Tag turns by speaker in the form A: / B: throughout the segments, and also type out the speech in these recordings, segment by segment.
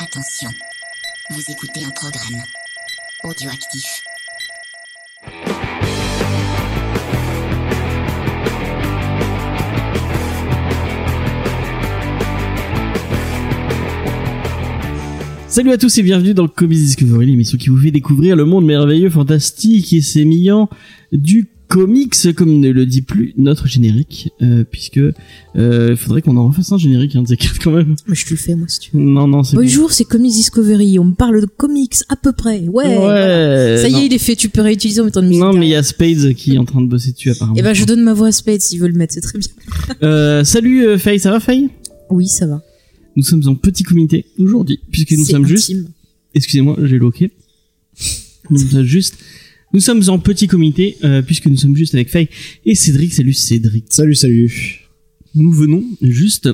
A: Attention, vous écoutez un programme audioactif.
B: Salut à tous et bienvenue dans Comics Discovery, l'émission qui vous fait découvrir le monde merveilleux, fantastique et sémillant du comics, comme ne le dit plus notre générique, euh, puisque euh, faudrait qu'on en refasse un générique, un de ces quatre quand même.
C: Mais je te le fais, moi, si tu veux.
B: Non, non, c'est
C: Bonjour, c'est Comics Discovery. On me parle de comics à peu près. Ouais.
B: Ouais,
C: voilà. Ça y
B: non.
C: est, il est fait. Tu peux réutiliser en mettant
B: bon.
C: une musique. hein.
B: Non, mais il y a Spades qui est en train de bosser dessus apparemment.
C: Eh ben, je donne ma voix à Spade s'il veut le mettre. C'est très bien.
B: Euh, salut euh, Faye, ça va Faye
C: Oui, ça va.
B: Nous sommes en petit comité aujourd'hui, puisque nous
C: C'est
B: sommes juste...
C: intime.
B: Excusez-moi, j'ai loqué. Nous sommes juste... Nous sommes en petit comité, euh, puisque nous sommes juste avec Faye et Cédric. Salut Cédric.
D: Salut, salut.
B: Nous venons juste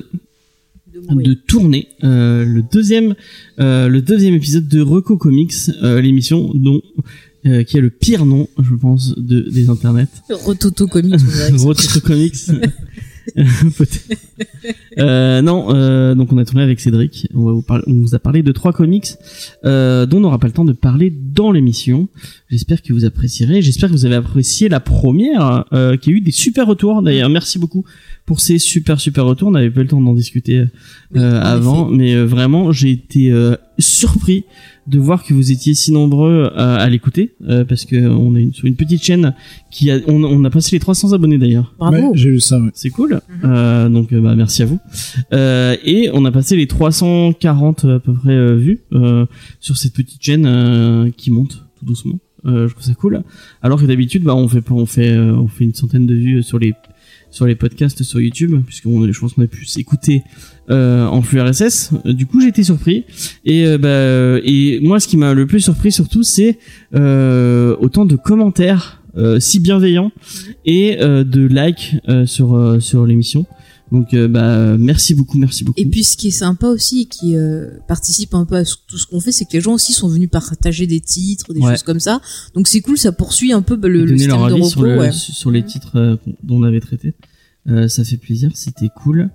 B: de tourner euh, le deuxième euh, le deuxième épisode de Reco Comics, euh, l'émission dont euh, qui a le pire nom, je pense, de des internets.
C: Rototo Comics. on dirait que ça.
B: Rototo Comics. Euh, peut-être. Euh, non, euh, donc on a tourné avec Cédric. On, va vous parler, on vous a parlé de trois comics euh, dont on n'aura pas le temps de parler dans l'émission. J'espère que vous apprécierez. J'espère que vous avez apprécié la première, euh, qui a eu des super retours. D'ailleurs, merci beaucoup pour ces super super retours. On n'avait pas eu le temps d'en discuter euh,
C: Oui, en
B: avant, mais euh, vraiment, j'ai été euh, surpris de voir que vous étiez si nombreux à, à l'écouter, euh, parce que on est une- sur une petite chaîne qui a, on, on a passé les 300 abonnés d'ailleurs.
C: Bravo.
D: Ouais, J'ai lu ça, ouais.
B: C'est cool.
C: Mhm.
B: Euh, donc euh, bah, merci à vous. Euh, et on a passé les 340 à peu près euh, vues euh, sur cette petite chaîne euh, qui monte tout doucement. Euh, je trouve ça cool. Alors que d'habitude, bah, on fait pas, on fait, euh, on fait une centaine de vues sur les sur les podcasts sur YouTube, puisque je pense qu'on a pu s'écouter euh, en flux RSS. Euh, Du coup, j'ai été surpris. Et euh, bah, euh, et moi, ce qui m'a le plus surpris surtout, c'est euh, autant de commentaires euh, si bienveillants et euh, de likes euh, sur euh, sur l'émission. Donc euh, bah euh, merci beaucoup, merci beaucoup.
C: Et puis ce qui est sympa aussi et qui euh, participe un peu à tout ce qu'on fait, c'est que les gens aussi sont venus partager des titres, des
B: Ouais.
C: choses comme ça. Donc c'est cool, ça poursuit un peu bah,
B: Et
C: le, le
B: donner
C: système
B: leur
C: de
B: avis
C: repos.
B: sur, le-
C: ouais.
B: sur sur les
C: Mhm.
B: titres euh, qu'on- dont on avait traité. Euh, ça fait plaisir, c'était cool.
C: Mm.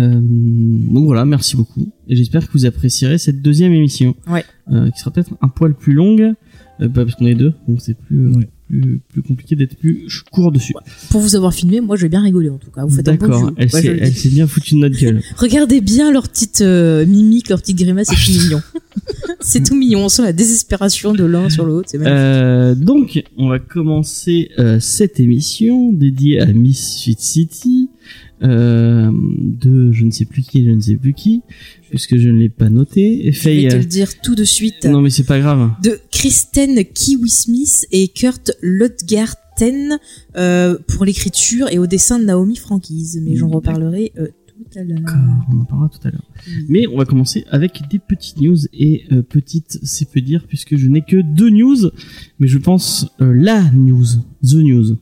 B: Euh, donc voilà, merci beaucoup. Et j'espère que vous apprécierez cette deuxième émission,
C: Ouais.
B: Euh, qui sera peut-être un poil plus longue, euh, bah, parce qu'on est deux, donc c'est plus, euh,
D: Ouais.
B: plus plus compliqué d'être plus ch- court dessus.
C: Pour vous avoir filmé, moi j'ai bien rigolé en tout cas. Vous faites un bon
B: D'accord,
C: duo.
B: elle
C: Ouais, je
B: s'est
C: le dis.
B: elle s'est bien foutue de notre gueule.
C: Regardez bien leur petite euh, mimique, leur petite grimace,
B: Ah,
C: c'est tout mignon. c'est tout mignon, on sent la désespération de l'un sur l'autre, c'est magnifique.
B: Euh, donc, on va commencer euh, cette émission dédiée à Miss Fit City euh, de je ne sais plus qui, et je ne sais plus qui, puisque je ne l'ai pas noté. Et
C: Je vais
B: Faye,
C: te
B: euh,
C: le dire tout de suite.
B: non mais c'est pas grave.
C: De Kristen Kiwi-Smith et Kurt Lotgarten euh, pour l'écriture et au dessin de Naomi Franquise. Mais j'en reparlerai euh, tout à l'heure.
B: On en parlera tout à l'heure.
C: Mm.
B: Mais on va commencer avec des petites news et euh, petites, c'est peu dire, puisque je n'ai que deux news, mais je pense euh, la news, the news.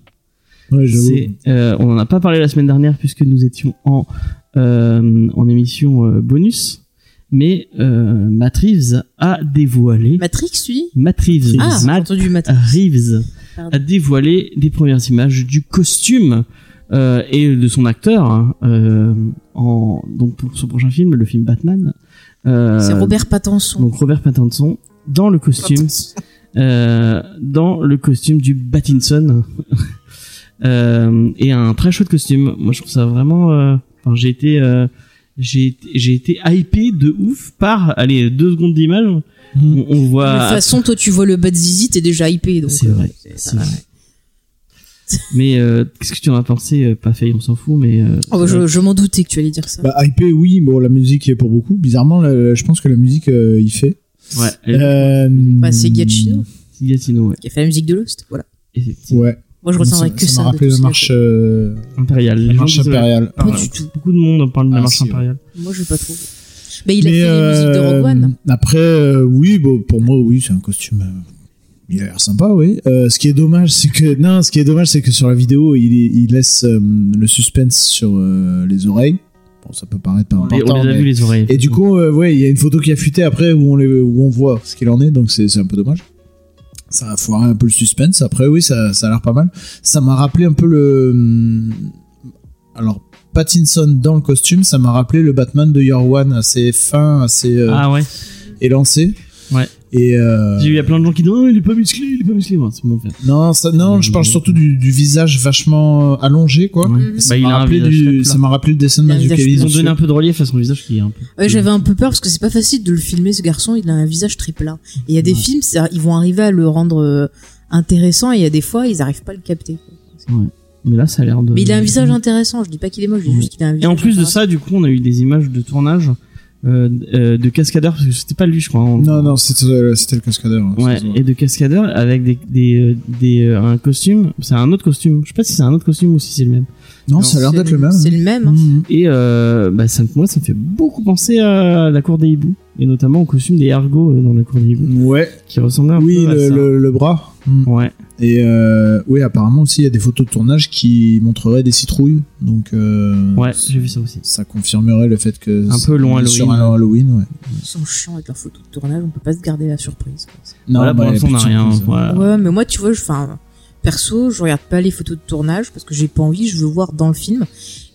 B: C'est,
D: Ouais, j'avoue.
B: euh, on n'en a pas parlé la semaine dernière puisque nous étions en, euh, en émission euh, bonus, mais euh, Matt Reeves a dévoilé.
C: Matrix, tu dis
B: Matt Reeves,
C: Ah, j'ai
B: Matt
C: entendu Matrix.
B: Reeves
C: Pardon.
B: a dévoilé des premières images du costume euh, et de son acteur hein, euh, en, donc pour son prochain film, le film Batman. Euh,
C: C'est Robert Pattinson.
B: Donc Robert Pattinson dans le costume euh, dans le costume du Battinson euh, et un très chouette costume. Moi, je trouve ça vraiment. euh, enfin, j'ai été, euh, j'ai été- j'ai été hypé de ouf par. Allez, deux secondes d'image.
D: Mhm.
B: On, on
C: De toute
B: voit.
C: façon, toi, tu vois le Bad Zizi, t'es déjà hypé. donc,
B: bah, C'est
C: euh,
B: vrai.
C: ça
B: c'est
C: va.
B: vrai. mais euh, qu'est-ce que tu en as pensé euh, Pas Faye, on s'en fout, mais. euh,
C: Oh, je je m'en doutais que tu allais dire ça.
D: Bah, hypé, oui, bon, la musique est pour beaucoup. Bizarrement, là, je pense que la musique, euh, il fait.
B: Ouais. elle-
D: Euh,
C: Bah,
B: hmm.
C: c'est Giacchino
B: c'est Gatineau, ouais.
C: qui a fait la musique de Lost. Voilà.
B: Effectivement.
D: Ouais.
C: Moi, je retiendrai que ça.
D: Ça
C: de
D: m'a rappelé
C: tout
D: la
C: ce
D: marche,
C: qu'il
D: euh,
B: Impériale. Les
D: la
B: gens
D: marche
B: disent, ouais,
D: impériale.
C: a fait.
B: euh,
C: Pas du tout.
B: Beaucoup de monde parle de la
D: Ah,
B: marche
D: si, ouais.
B: impériale.
C: Moi, je pas trop. Mais il a
D: Mais,
C: fait les musiques de Rogue One.
D: euh, Après, euh, oui, bon, pour moi, oui, c'est un costume. euh, il a l'air sympa, oui. Euh, ce qui est dommage, c'est que non, ce qui est dommage, c'est que sur la vidéo, il, est- il laisse euh, le suspense sur euh, les oreilles. Bon, ça peut paraître pas
B: On les,
D: important.
B: on les a
D: mais-
B: vu les oreilles.
D: Et du
B: coup
D: coup, euh, ouais, il y a une photo qui a fuité après où on, les, où on voit ce qu'il en est, donc c'est c'est un peu dommage. Ça a foiré un peu le suspense. Après, oui, ça, ça a l'air pas mal. Ça m'a rappelé un peu le. hmm, Alors, Pattinson dans le costume, ça m'a rappelé le Batman de Year One, assez fin, assez. euh,
B: Ah ouais.
D: est lancé.
B: Ouais.
D: Et euh,
B: Il y a plein de gens qui disent oh, il est pas musclé, il est pas musclé. Bon, c'est mon père.
D: non, ça- non, je parle surtout du, du visage vachement allongé, quoi.
B: Ouais.
D: Ça
B: Bah, il
D: m'a
B: a un
D: rappelé,
B: visage
D: du-
B: très plat.
D: ça m'a rappelé le dessin de
C: Il a un
D: Mathieu
C: visage
D: Kelly.
B: Ils ont donné un peu de relief à son visage qui est un peu.
C: Ouais, j'avais un peu peur parce que c'est pas facile de le filmer ce garçon, il a un visage très plat. Et il y a des
B: Ouais.
C: films, ça- ils vont arriver à le rendre euh, intéressant et il y a des fois ils arrivent pas à le capter. quoi.
B: Mais là, ça a l'air de.
C: Mais il a un
D: Euh,
C: visage
D: mm.
C: intéressant, je dis pas qu'il est moche, je dis
B: Ouais.
C: juste qu'il a un visage.
B: Et en plus de ça, du coup, on a eu des images de tournage euh, euh, de cascadeurs parce que c'était pas lui, je crois. hein.
D: Non, non, c'était euh, c'était le cascadeur. hein,
B: Ouais,
D: ça se voit.
B: et de cascadeurs avec des, des, euh, des, euh, un costume. C'est un autre costume. Je sais pas si c'est un autre costume ou si c'est le même.
D: non, ça a l'air d'être le même.
C: C'est le même. hein.
D: Mhm.
B: Et euh, bah, ça, moi, ça me fait beaucoup penser à la cour des hiboux. Et notamment au costume des Argo euh, dans la cour des hiboux.
D: Ouais.
B: Qui ressemblait un
D: Oui,
B: peu à
D: le,
B: ça. Mm.
D: le- le bras. Mhm.
B: Ouais.
D: Et euh, oui, apparemment aussi, il y a des photos de tournage qui montreraient des citrouilles. Donc, euh,
B: Ouais, j'ai vu ça aussi.
D: ça confirmerait le fait que.
B: Un
D: c'est-
B: peu long
D: Sur
B: Halloween.
D: un long Halloween, ouais.
C: Ils sont chiants avec leurs photos de tournage, on peut pas se garder la surprise. quoi.
D: Non,
B: voilà, pour
D: bah,
B: l'instant, on
D: plus
B: n'a
D: de
B: rien.
D: surprise.
B: Voilà.
C: Ouais, mais moi, tu vois, je, enfin, perso, je regarde pas les photos de tournage parce que j'ai pas envie, je veux voir dans le film.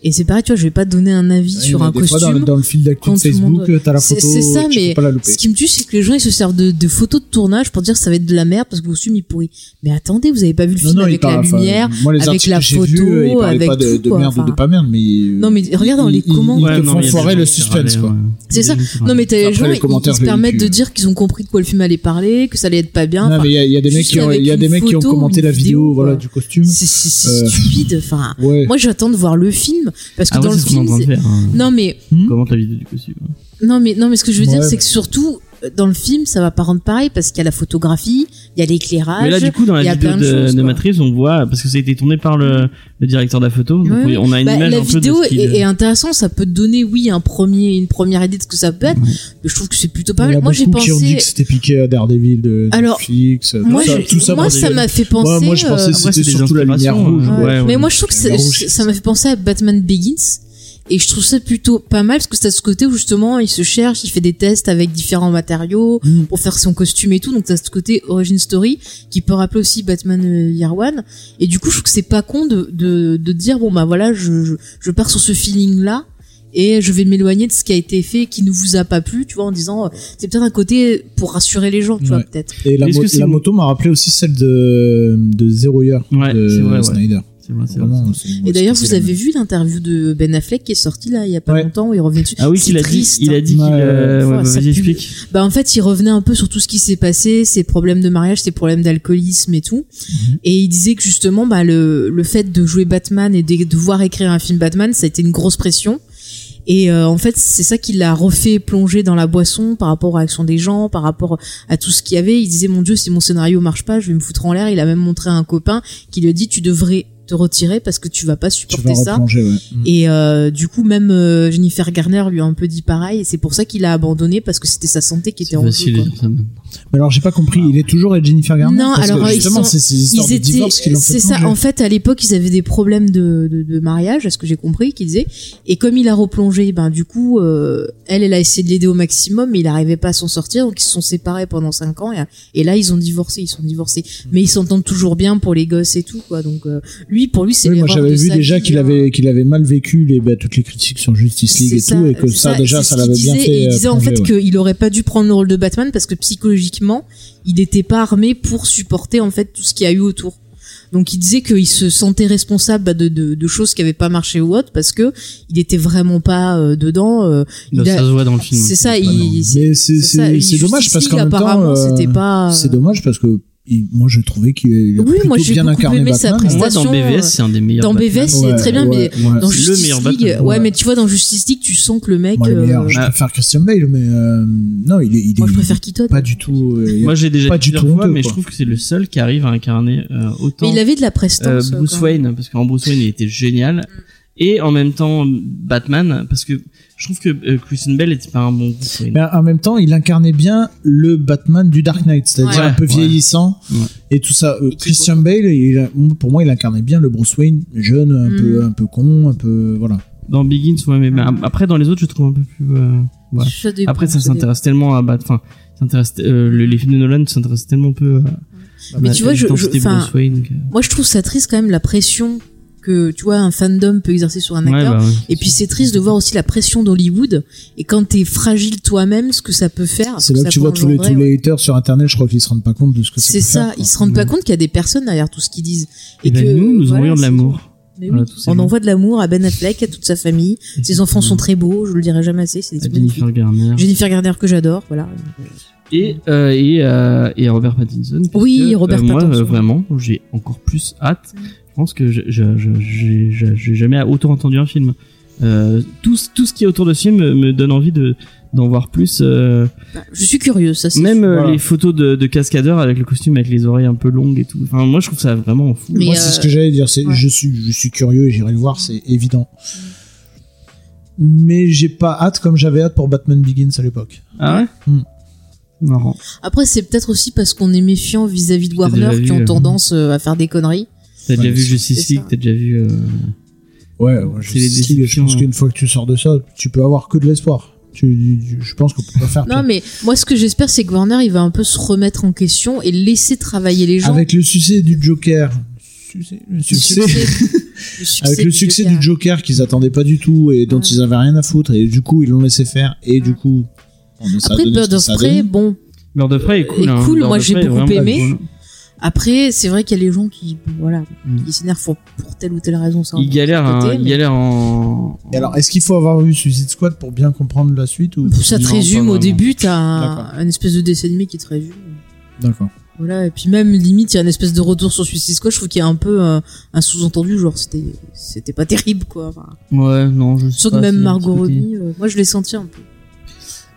C: Et c'est pareil, tu vois, je vais pas donner un avis
D: Oui,
C: sur
D: mais
C: un
D: des fois,
C: costume.
D: dans, dans le fil d'actu
C: quand
D: de
C: tout le
D: Facebook, t'as la
C: C'est-
D: photo,
C: c'est ça,
D: tu
C: mais
D: peux pas la louper.
C: Ce qui me tue, c'est que les gens, ils se servent de, de photos de tournage pour dire que ça va être de la merde parce que le costume, il pourrit. Mais attendez, vous avez pas vu le
D: Non,
C: film
D: non, il
C: avec la
D: parle- enfin,
C: lumière.
D: moi, les
C: avec
D: articles
C: la
D: que j'ai vus,
C: photo,
D: ils parlaient
C: avec
D: pas de,
C: tout,
D: de
C: quoi,
D: merde ou
C: enfin.
D: de pas merde, mais.
C: Non, mais regarde dans les commentaires.
D: Ils
B: Ouais,
D: te
B: non,
D: font
B: il y a des
D: foirer
B: gens
D: le
B: qui
D: suspense,
B: râlaient,
D: quoi.
B: ouais.
C: C'est ça.
B: Il y a des gens qui
C: Non, mais t'as les
D: Après,
C: gens,
D: les
C: ils- ils,
D: commentaires,
C: se
D: je les
C: permettent
D: lis,
C: de
D: euh.
C: dire qu'ils ont compris de quoi le film allait parler, que ça allait être pas bien.
D: Non,
C: Enfin,
D: mais il y a- il y, a des mecs
C: juste
D: qui ont,
C: avec
D: il y a
C: une
D: des mecs qui ont
C: photo ou
D: commenté
C: une
D: la
C: vidéo,
D: vidéo, voilà,
C: quoi.
D: du costume.
C: c'est c'est- c'est
D: Euh,
C: stupide. Enfin,
D: Ouais.
C: moi, j'attends de voir le film parce que
B: Ah ouais,
C: dans le
B: c'est ce qu'on est en
C: film,
B: train de
C: c'est-
B: faire. hein.
C: non mais
D: Hmm
B: Commente la vidéo du costume.
C: Non, mais, non, mais ce que je veux
D: Ouais,
C: dire,
D: mais-
C: c'est que surtout, euh, dans le film, ça va pas rendre pareil parce qu'il y a la photographie, il y a l'éclairage.
B: Mais là, du coup, dans
C: il y
B: la
C: a
B: vidéo
C: plein de
B: de,
C: choses,
B: de
C: quoi.
B: Matrix, on voit, parce que ça a été tourné par le, le directeur de la photo, donc
C: Ouais.
B: on a une
C: Bah,
B: image
C: la
B: un
C: vidéo
B: peu de ce qu'il-
C: est, est intéressante, ça peut te donner, oui, un premier, une première idée de ce que ça peut être, mais je trouve que c'est plutôt pas
D: Il y en
C: mal.
D: a
C: Moi, j'ai
D: beaucoup qui ont dit
C: pensé.
D: que c'était piqué à Daredevil de
C: Alors,
D: Netflix, tout
C: Moi,
D: ça,
C: j'ai-
D: tout ça.
C: moi,
D: bordel.
C: ça m'a fait penser.
D: Ouais, moi, je pensais
C: euh,
D: que
B: Après,
D: c'était
B: c'est des
D: surtout la lumière
B: inspirations, hein.
D: rouge.
B: ouais.
D: ouais.
B: Ouais,
C: Mais moi, je trouve que
D: La
C: ça-
D: rouge,
C: ça m'a fait penser à Batman Begins. Et je trouve ça plutôt pas mal parce que c'est à ce côté où justement il se cherche, il fait des tests avec différents matériaux
D: Mm.
C: pour faire son costume et tout. Donc t'as ce côté origin story qui peut rappeler aussi Batman euh, Year One. Et du coup, je trouve que c'est pas con de, de, de dire bon bah voilà, je, je, je pars sur ce feeling là et je vais m'éloigner de ce qui a été fait qui ne vous a pas plu, tu vois, en disant euh, c'est peut-être un côté pour rassurer les gens, tu vois
D: Ouais.
C: peut-être.
D: Et la,
B: Est-ce
D: mo-
B: que c'est
D: la
B: bon
D: moto m'a rappelé aussi celle de, de Zero Year
B: Ouais, c'est vrai,
D: de
B: ouais.
D: Snyder.
B: C'est vrai, c'est vrai.
D: Vraiment, c'est-
C: Et
D: ouais,
C: d'ailleurs,
D: c'est-
C: vous
D: c'est la
C: avez
D: même.
C: vu l'interview de Ben Affleck qui est sortie là il y a pas
D: Ouais.
C: longtemps où il revient dessus.
B: Ah oui,
C: C'est
B: qu'il a dit,
C: triste,
B: il
C: hein.
B: a dit qu'il,
D: Ouais,
B: euh,
C: ouais,
B: ouais,
C: ouais,
B: bah,
C: ça
B: vas-y,
C: pue.
B: explique.
C: Bah en fait, il revenait un peu sur tout ce qui s'est passé, ses problèmes de mariage, ses problèmes d'alcoolisme et tout.
B: Mhm.
C: Et il disait que justement, bah le le fait de jouer Batman et de devoir écrire un film Batman, ça a été une grosse pression. Et euh, en fait, c'est ça qui l'a refait plonger dans la boisson par rapport à l'action des gens, par rapport à tout ce qu'il y avait. Il disait mon Dieu, si mon scénario marche pas, je vais me foutre en l'air. Il a même montré à un copain qui lui a dit tu devrais te retirer parce que tu vas pas
D: Tu
C: supporter
D: vas
C: ça.
D: replonger, ouais.
C: Et euh, du coup, même euh, Jennifer Garner lui a un peu dit pareil, et c'est pour ça qu'il a abandonné parce que c'était sa santé qui était
B: C'est
C: en jeu.
B: facile de
C: quoi.
B: dire ça maintenant.
D: Mais alors, j'ai pas compris. Il est toujours avec Jennifer Garner
C: Non,
D: Parce que
C: alors, euh, ils
D: justement,
C: sont-
D: c'est ces histoires
C: Ils
D: de
C: étaient,
D: divorce qui l'ont fait
C: c'est ça.
D: plonger.
C: En fait, à l'époque, ils avaient des problèmes de, de, de mariage, à ce que j'ai compris, qu'ils disaient. Et comme il a replongé, ben du coup, euh, elle, elle a essayé de l'aider au maximum, mais il n'arrivait pas à s'en sortir, donc ils se sont séparés pendant cinq ans. Et, et là, ils ont divorcé, ils sont divorcés. Mais ils s'entendent toujours bien pour les gosses et tout, quoi. Donc euh, lui, pour lui, c'est
D: Oui, moi
C: l'erreur
D: j'avais
C: de
D: vu
C: sa
D: déjà
C: vie,
D: qu'il
C: hein.
D: avait qu'il avait mal vécu les bah, toutes les critiques sur Justice League
C: C'est
D: et tout et que
C: c'est
D: ça, déjà
C: c'est
D: ça
C: ce qu'il
D: l'avait bien
C: disait,
D: fait.
C: et Il
D: euh,
C: disait en fait
D: plonger, ouais.
C: qu'il aurait pas dû prendre le rôle de Batman parce que psychologiquement, il n'était pas armé pour supporter en fait tout ce qu'il y a eu autour. Donc il disait qu'il se sentait responsable bah, de, de, de choses qui avaient pas marché ou autre parce que il était vraiment pas euh, dedans. euh, il
B: Non,
C: a-
B: Ça se voit dans le film.
C: c'est ça,
B: Pas
C: il,
B: normal.
C: c'est-
D: Ah Mais c'est
C: c'est ça,
D: c'est-
C: il-
D: c'est dommage parce
C: Justice
D: qu'en
C: League,
D: même temps
C: apparemment, c'était
D: euh,
C: pas.
D: c'est dommage parce que il- moi je trouvais qu'il a
C: Oui,
D: plutôt
C: moi, j'ai
D: bien
C: beaucoup
D: incarné
C: aimé sa
D: Batman. hein.
B: Pour
C: prestation.
B: moi, dans
C: Station, euh,
B: BVS, c'est un des meilleurs.
C: dans
B: Batman.
C: BVS, c'est
D: Ouais,
C: très bien,
D: ouais, ouais.
C: mais dans
B: C'est le
C: Justice
B: meilleur
C: League,
B: Batman.
C: ouais,
D: Ouais.
C: mais tu vois, dans Justice League, tu sens que le mec.
D: Moi, le meilleur,
C: euh,
D: je
B: bah-
D: préfère Christian Bale, mais euh, non, il est, il est,
C: moi, je préfère Keaton.
D: pas du tout. euh, il est-
B: Moi, j'ai déjà
D: Pas
B: dit
D: du
B: plusieurs
D: tout
B: fois,
D: honteux,
B: mais je
D: quoi.
B: trouve que c'est le seul qui arrive à incarner euh,
C: Mais
B: autant
C: il avait de la
B: euh,
C: prestance.
B: Bruce
C: quand même.
B: Wayne, parce qu'en Bruce Wayne, il était génial.
C: Mm.
B: Et en même temps, Batman, parce que je trouve que euh, Christian Bell était pas un bon Bruce Wayne.
D: Mais en même temps, il incarnait bien le Batman du Dark Knight, c'est-à-dire
B: Ouais.
D: un peu
B: Ouais.
D: vieillissant
B: Ouais.
D: et tout ça. Euh,
C: Et qui
D: Christian Bale, il a- pour moi, il incarnait bien le Bruce Wayne jeune, un
C: Mhm.
D: peu, un peu con, un peu voilà.
B: Dans Begins, ouais, mais, mais
C: Mm.
B: après, dans les autres, je trouve un peu plus. euh, Ouais.
C: Ça dépend,
B: Après, ça
C: ça dépend.
B: s'intéresse tellement à Bat. Enfin, s'intéresse, euh, le- les films de Nolan s'intéressent tellement peu. à-
C: Mais
B: à
C: tu vois, je- je-
B: l'identité de
C: enfin,
B: Bruce Wayne que-
C: Moi, je trouve ça triste quand même la pression que que tu vois un fandom peut exercer sur un
B: Ouais,
C: acteur.
B: bah ouais.
C: Et puis c'est triste de voir aussi la pression d'Hollywood et quand t'es fragile toi-même, ce Ah, que ça peut faire. ce
D: C'est là que
C: ça
D: tu
C: peut
D: vois tous les,
C: engendrer,
D: tous
C: ouais.
D: les haters sur internet, je crois qu'ils se rendent pas compte de ce que ça
C: C'est
D: peut
C: ça,
D: faire, quoi.
C: ils se rendent pas
D: Mm.
C: compte qu'il y a des personnes derrière tout ce qu'ils disent.
B: Et ben, nous, nous
C: voilà,
B: envoyons de
C: c'est-
B: l'amour. Euh,
C: Mais oui.
B: Voilà, tout
C: on
B: simplement.
C: envoie de l'amour à Ben Affleck, à toute sa famille. Ses enfants sont très beaux, je le dirai jamais assez. C'est
B: Mm. à
C: c'est magnifique.
B: Jennifer Garner.
C: Jennifer Garner que j'adore, voilà.
B: Et, euh, et, euh, et Robert Pattinson. parce
C: Oui,
B: que,
C: Robert
B: Moi,
C: Pattinson. Mm.
B: euh, vraiment, j'ai encore plus hâte. Je pense que je- je- je- j'ai j'ai- j'ai jamais autant entendu un film. Euh, tout, ce- tout ce qui est autour de ce film me- me donne envie de d'en voir plus. euh,
C: Je suis curieux, ça c'est
B: même
C: sûr.
B: euh,
D: Voilà.
B: les photos de, de cascadeurs avec le costume avec les oreilles un peu longues et tout. Enfin, moi, je trouve ça vraiment fou.
C: Mais,
D: Moi,
C: euh,
D: c'est ce que j'allais dire. c'est
C: ouais.
D: Je suis, je suis curieux et j'irai le voir, c'est évident. Mais j'ai pas hâte comme j'avais hâte pour Batman Begins à l'époque.
B: Ah ouais
D: Hmm.
B: Marrant.
C: Après, c'est peut-être aussi parce qu'on est méfiant vis-à-vis de
B: T'as déjà
C: Warner
B: vu,
C: qui ont
B: euh,
C: tendance euh, à faire des conneries.
B: T'as déjà
D: Ouais,
B: vu
D: c'est-
B: Justice
C: c'est
B: League,
C: ça.
B: t'as déjà vu. euh,
D: Ouais, ouais,
B: C'est les
D: je, style, je
B: déceptions,
D: pense
B: hein.
D: qu'une fois que tu sors de ça, tu peux avoir que de l'espoir. Tu- tu- je pense qu'on peut pas faire
C: Non,
D: pire.
C: mais moi, ce que j'espère, c'est que Warner, il va un peu se remettre en question et laisser travailler les gens.
D: Avec le succès du Joker. Succès- le
C: Le
D: succès-
C: le succès
D: Avec le succès du Joker qu'ils attendaient pas du tout et dont
C: Ouais.
D: ils avaient rien à foutre et du coup ils l'ont laissé faire et du coup on- ça a
C: Après,
D: donné ce
C: Bird
D: que
C: of
D: ça a
C: Prey,
D: donné.
C: bon.
B: Bird of Prey est cool.
C: Et
B: hein.
C: cool,
B: Bird
C: moi,
B: of
C: j'ai
B: Prey est
C: beaucoup
B: vraiment
C: aimé.
B: cool.
C: Après, c'est vrai qu'il y a les gens qui, voilà,
B: Mm.
C: qui s'énervent pour, pour telle ou telle raison. Ça,
B: Il galère,
C: de
B: hein,
C: côté,
B: il
C: mais-
B: galère en.
D: Et alors est-ce qu'il faut avoir vu Suicide Squad pour bien comprendre la suite ou
C: Ça te
B: Non, pas
C: résume au
B: vraiment.
C: début, t'as un,
D: D'accord.
C: un espèce de dessin animé qui te résume.
D: D'accord.
C: Voilà, et puis même limite, il y a une espèce de retour sur Suicide Squad, je trouve qu'il y a un peu euh, un sous-entendu, genre c'était c'était pas terrible quoi. Enfin,
B: Ouais, non, je sais
C: Sauf
B: pas
C: même
B: si-
C: Margot
B: si-
C: Robbie, euh, moi je l'ai senti un peu.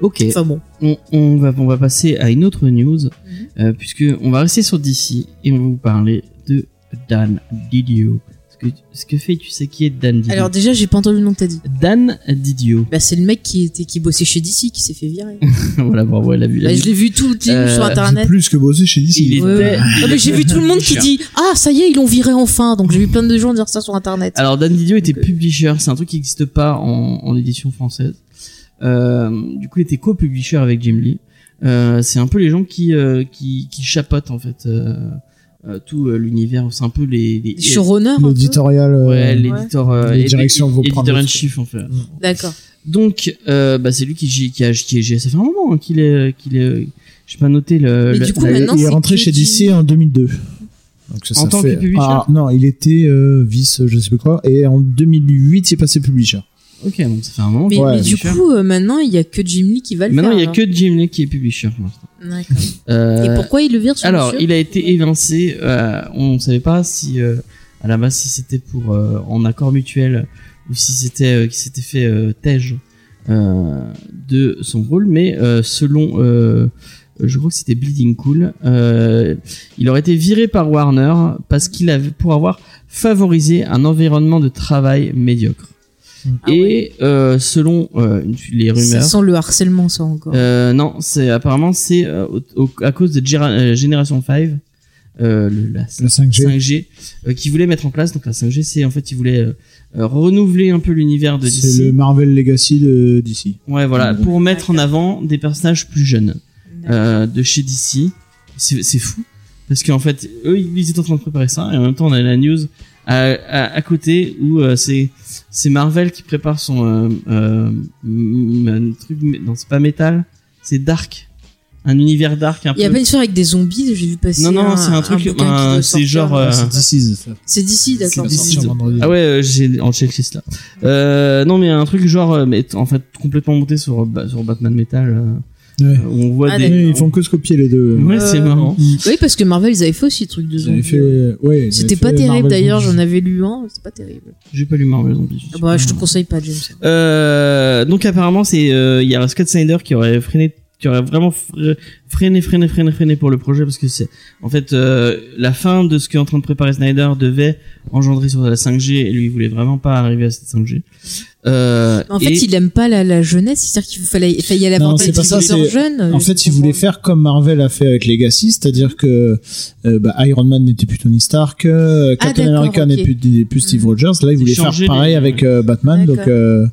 B: Ok,
C: Enfin bon.
B: on, on va, on va passer à une autre news,
C: Mhm.
B: euh, puisque on va rester sur DC et on va vous parler de Dan Didio. Ce que, ce que fait, tu sais qui est Dan
D: Mm-hmm.
B: Didio
C: Alors déjà, j'ai pas entendu le nom que t'as dit.
B: Dan Didio.
C: Bah c'est le mec qui était qui bossait chez DC qui s'est fait virer.
B: voilà, bravo, elle a vu la
C: Bah,
B: news.
C: je l'ai vu tout les
B: Euh,
C: news sur
D: Dis
C: internet.
D: Plus que bosser chez DC.
B: Il est-
C: Ouais, ouais. Ah, mais j'ai vu tout le monde qui
B: Chien.
C: dit ah ça y est ils l'ont viré enfin donc j'ai vu plein de gens dire ça sur internet.
B: Alors Dan Didio était
C: Donc, euh,
B: publisher, c'est un truc qui n'existe pas en, en édition française. Euh, du coup, il était co-publisher avec Jim Lee. Euh, c'est un peu les gens qui euh, qui, qui chapotent en fait euh, euh, tout euh, l'univers. C'est un peu les, les
C: Des showrunners un peu.
D: L'éditorial. euh,
B: ouais, l'éditeur euh,
D: les
B: édi-
D: directions vont
B: éditeur
D: prendre
B: en
D: le
B: chief en fait.
C: D'accord.
B: Donc, euh, bah, c'est lui qui gé- qui a qui est géré- Ça fait un moment hein, qu'il est qu'il est. J'ai pas noté le.
C: Mais
B: le-
C: du coup,
B: la-
D: il
C: maintenant,
D: est
C: c'est
D: rentré
C: que
D: chez
C: du-
D: DC en 2002. Donc ça,
B: En
D: ça
B: tant
D: fait-
B: que publisher
D: Ah, Non, il était euh, vice, je sais plus quoi, et en 2008 il est passé publisher.
B: Ok, donc ça fait un moment.
C: Mais,
B: qu'il
D: Ouais,
C: mais
B: est
C: du
B: publisher.
C: coup euh, maintenant il y a que Jim Lee qui va le
B: maintenant,
C: faire.
B: il y a
C: alors.
B: que Jim Lee qui est publisher. pour l'instant.
C: D'accord.
B: Euh,
C: Et pourquoi il le vire ce
B: Alors,
C: monsieur
B: il a été évincé. euh, on ne savait pas si, euh, à la base, si c'était pour euh, en accord mutuel ou si c'était euh, qu'il s'était fait euh, tège euh, de son rôle. Mais euh, selon, euh, je crois que c'était Bleeding Cool, euh, il aurait été viré par Warner parce qu'il avait pour avoir favorisé un environnement de travail médiocre.
C: Ah
B: Et
C: ouais.
B: euh, selon euh, une- les
C: Ça
B: rumeurs.
C: sent le harcèlement, ça encore.
B: Euh, non, c'est apparemment c'est euh, au- au- à cause de Géra- euh, Génération 5, euh, le, la
D: La 5G.
B: 5G, euh, qui voulait mettre en place. Donc la 5G, c'est en fait ils voulaient euh, euh, renouveler un peu l'univers de
D: C'est
B: DC.
D: le Marvel Legacy de DC.
B: Ouais, voilà,
D: Mhm.
B: pour mettre en avant des personnages plus jeunes euh, de chez DC. C'est c'est fou parce qu'en fait eux ils étaient en train de préparer ça et en même temps on a la news à, à, à côté où euh, c'est c'est Marvel qui prépare son euh, euh, m- m- truc mais- non c'est pas métal c'est dark un univers dark un
C: Il y a
B: peu
C: pas une histoire avec des zombies, j'ai vu passer.
B: euh, Non, non, c'est un truc,
C: bouquin
B: un-
C: qui
B: c'est
C: doit sortir,
B: genre,
C: là,
B: euh,
C: je sais
B: Ah.
C: pas.
D: DC, ça.
C: C'est d'ici, d'accord.
D: va sortir
C: C'est-
D: vendredi.
B: ah ouais euh, j'ai en checklist là euh, non mais un truc genre euh, mais en fait complètement monté sur bah, sur Batman Metal euh,
D: Ouais.
B: où on voit
C: Ah,
B: des
C: d'accord.
D: Oui, ils font que se copier les deux.
B: ouais c'est
C: Euh,
B: marrant
C: Oui, parce que Marvel, ils avaient fait aussi le truc de
D: Ils
C: zombies.
D: avaient fait. Ouais, ils
C: C'était
D: avaient
C: pas
D: fait
C: terrible
D: Marvel
C: d'ailleurs, j'en
D: Zombies.
C: avais lu un, c'était pas terrible.
B: j'ai pas lu Marvel Zombies
C: Ah bah, je
D: Hmm.
C: te conseille pas, James.
B: Euh, donc apparemment c'est euh, il y a Scott Snyder qui aurait freiné qui aurait vraiment fre- freiné freiné freiné freiné pour le projet parce que c'est en fait euh, la fin de ce qu'est en train de préparer Snyder devait engendrer sur la 5G et lui il voulait vraiment pas arriver à cette 5G. Euh,
C: En fait,
B: et-
C: il aime pas la, la jeunesse, c'est-à-dire qu'il fallait, il fallait y aller
D: Non,
C: avant
D: c'est pas ça, c'est-
C: jeune.
D: En fait, ils voulaient faire comme Marvel a fait avec Legacy, c'est-à-dire que euh, bah, Iron Man n'était plus Tony Stark, euh,
C: Ah,
D: Captain
C: d'accord,
D: America
C: ok.
D: n'est plus, n'est plus Steve
C: Mhm.
D: Rogers. Là, ils voulaient faire
B: changer
D: pareil
B: les-
D: avec euh, Batman.
C: D'accord.
D: Donc, euh,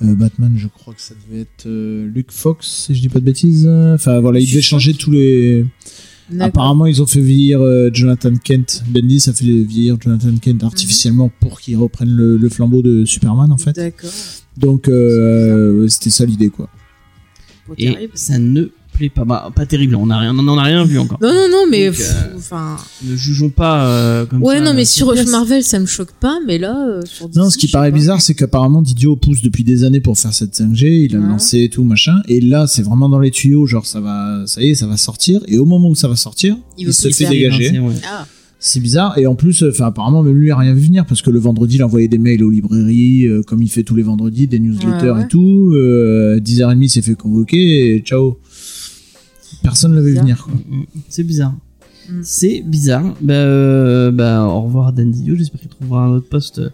D: euh, Batman, je crois que ça devait être euh, Luke Fox, si je dis pas de bêtises. Enfin, voilà, ils devaient changer tous les
C: D'accord.
D: Apparemment, ils ont fait vieillir euh, Jonathan Kent. Bendis a fait vieillir Jonathan Kent artificiellement pour qu'il reprenne le, le flambeau de Superman, en fait.
C: Mhm. D'accord.
D: Donc, euh, c'était ça l'idée, quoi.
C: Bon,
B: Et
C: terrible.
B: ça ne plaît pas. Bah, pas terrible, on n'a rien, on en a rien vu encore.
C: Non, non, non, mais.
B: Donc,
C: pff,
B: euh,
C: Enfin.
B: Ne jugeons pas euh, comme
C: Ouais,
B: ça,
C: non,
B: euh,
C: mais sur
B: place.
C: Marvel, ça me choque pas, mais là. euh, sur
D: Non,
C: DC,
D: ce qui
C: je sais
D: paraît
C: pas.
D: bizarre, c'est qu'apparemment Didio pousse depuis des années pour faire cette 5G, il a
C: Ouais.
D: lancé et tout machin, et là c'est vraiment dans les tuyaux, genre ça va, ça y est, ça va sortir, et au moment où ça va sortir,
C: Il
D: il,
C: veut
D: se
C: plus
D: fait
C: faire.
D: dégager.
B: C'est- ouais.
C: Ah,
D: C'est bizarre, et en plus, euh, enfin apparemment même lui a rien vu venir parce que le vendredi il envoyait des mails aux librairies, euh, comme il fait tous les vendredis, des newsletters
C: Ouais, ouais.
D: et tout. euh, 10h30 il s'est fait convoquer et ciao. Personne ne l'avait vu
C: Bizarre.
D: venir. Quoi.
B: Mm, mm. C'est bizarre.
C: Mm.
B: C'est bizarre. Bah, euh, bah, au revoir Dan Didio. J'espère qu'il trouvera un autre poste euh,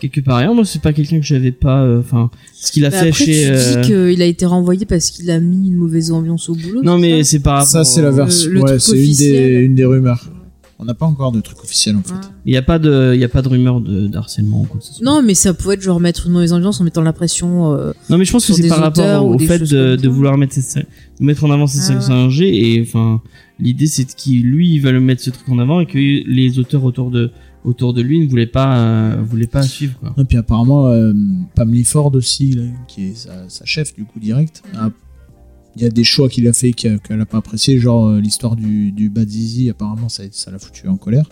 B: quelque part ailleurs. Moi, c'est pas quelqu'un que j'avais pas. euh, Enfin, ce qu'il a
C: Mais
B: fait
C: Bah, après,
B: chez.
C: tu
B: euh,
C: dis qu'il a été renvoyé parce qu'il a mis une mauvaise ambiance au boulot.
B: Non,
C: c'est
B: mais
C: ça
B: c'est par rapport.
D: Ça c'est la
B: au-
D: version,
C: le
D: ouais,
C: truc
D: c'est une des,
C: officiel.
D: une des rumeurs. On n'a pas encore de truc officiel en fait.
C: Ouais.
B: Il n'y a pas de, il y a pas de rumeur de d'harcèlement ou quoi que ce soit.
C: Non, mais ça pouvait être genre mettre une mauvaise ambiance en mettant la pression. euh,
B: Non, mais je pense que
C: Sur
B: c'est
C: des
B: par
C: auteurs
B: rapport
C: ou
B: au
C: des
B: fait
C: choses
B: de,
C: comme
B: de
C: ça.
B: vouloir mettre, cette- de mettre en avant ces
C: Ah ouais.
B: 5G et enfin l'idée c'est de qu'il lui il va le mettre ce truc en avant et que les auteurs autour de autour de lui ne voulaient pas euh, voulaient pas suivre quoi.
D: Et puis apparemment, euh, Pam Lifford aussi, là, qui est sa, sa chef du coup direct, a- il y a des choix qu'il a fait qu'a- qu'elle n'a pas apprécié, genre euh, l'histoire du, du Bad Zizi, apparemment ça ça l'a foutu en colère.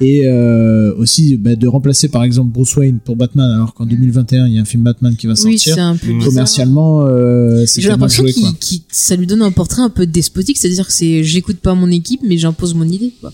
D: Et euh, aussi bah, de remplacer par exemple Bruce Wayne pour Batman, alors qu'en 2021 il y a un film Batman qui va
C: Mm. Oui,
D: sortir. Mmh.
C: c'est un peu
B: Mm.
C: bizarre.
D: Commercialement, euh, c'est
C: J'ai
D: quand même
C: l'impression
D: joué
C: qu'il,
D: quoi.
C: qu'il- ça lui donne un portrait un peu despotique, c'est-à-dire que c'est j'écoute pas mon équipe, mais j'impose mon idée. Quoi.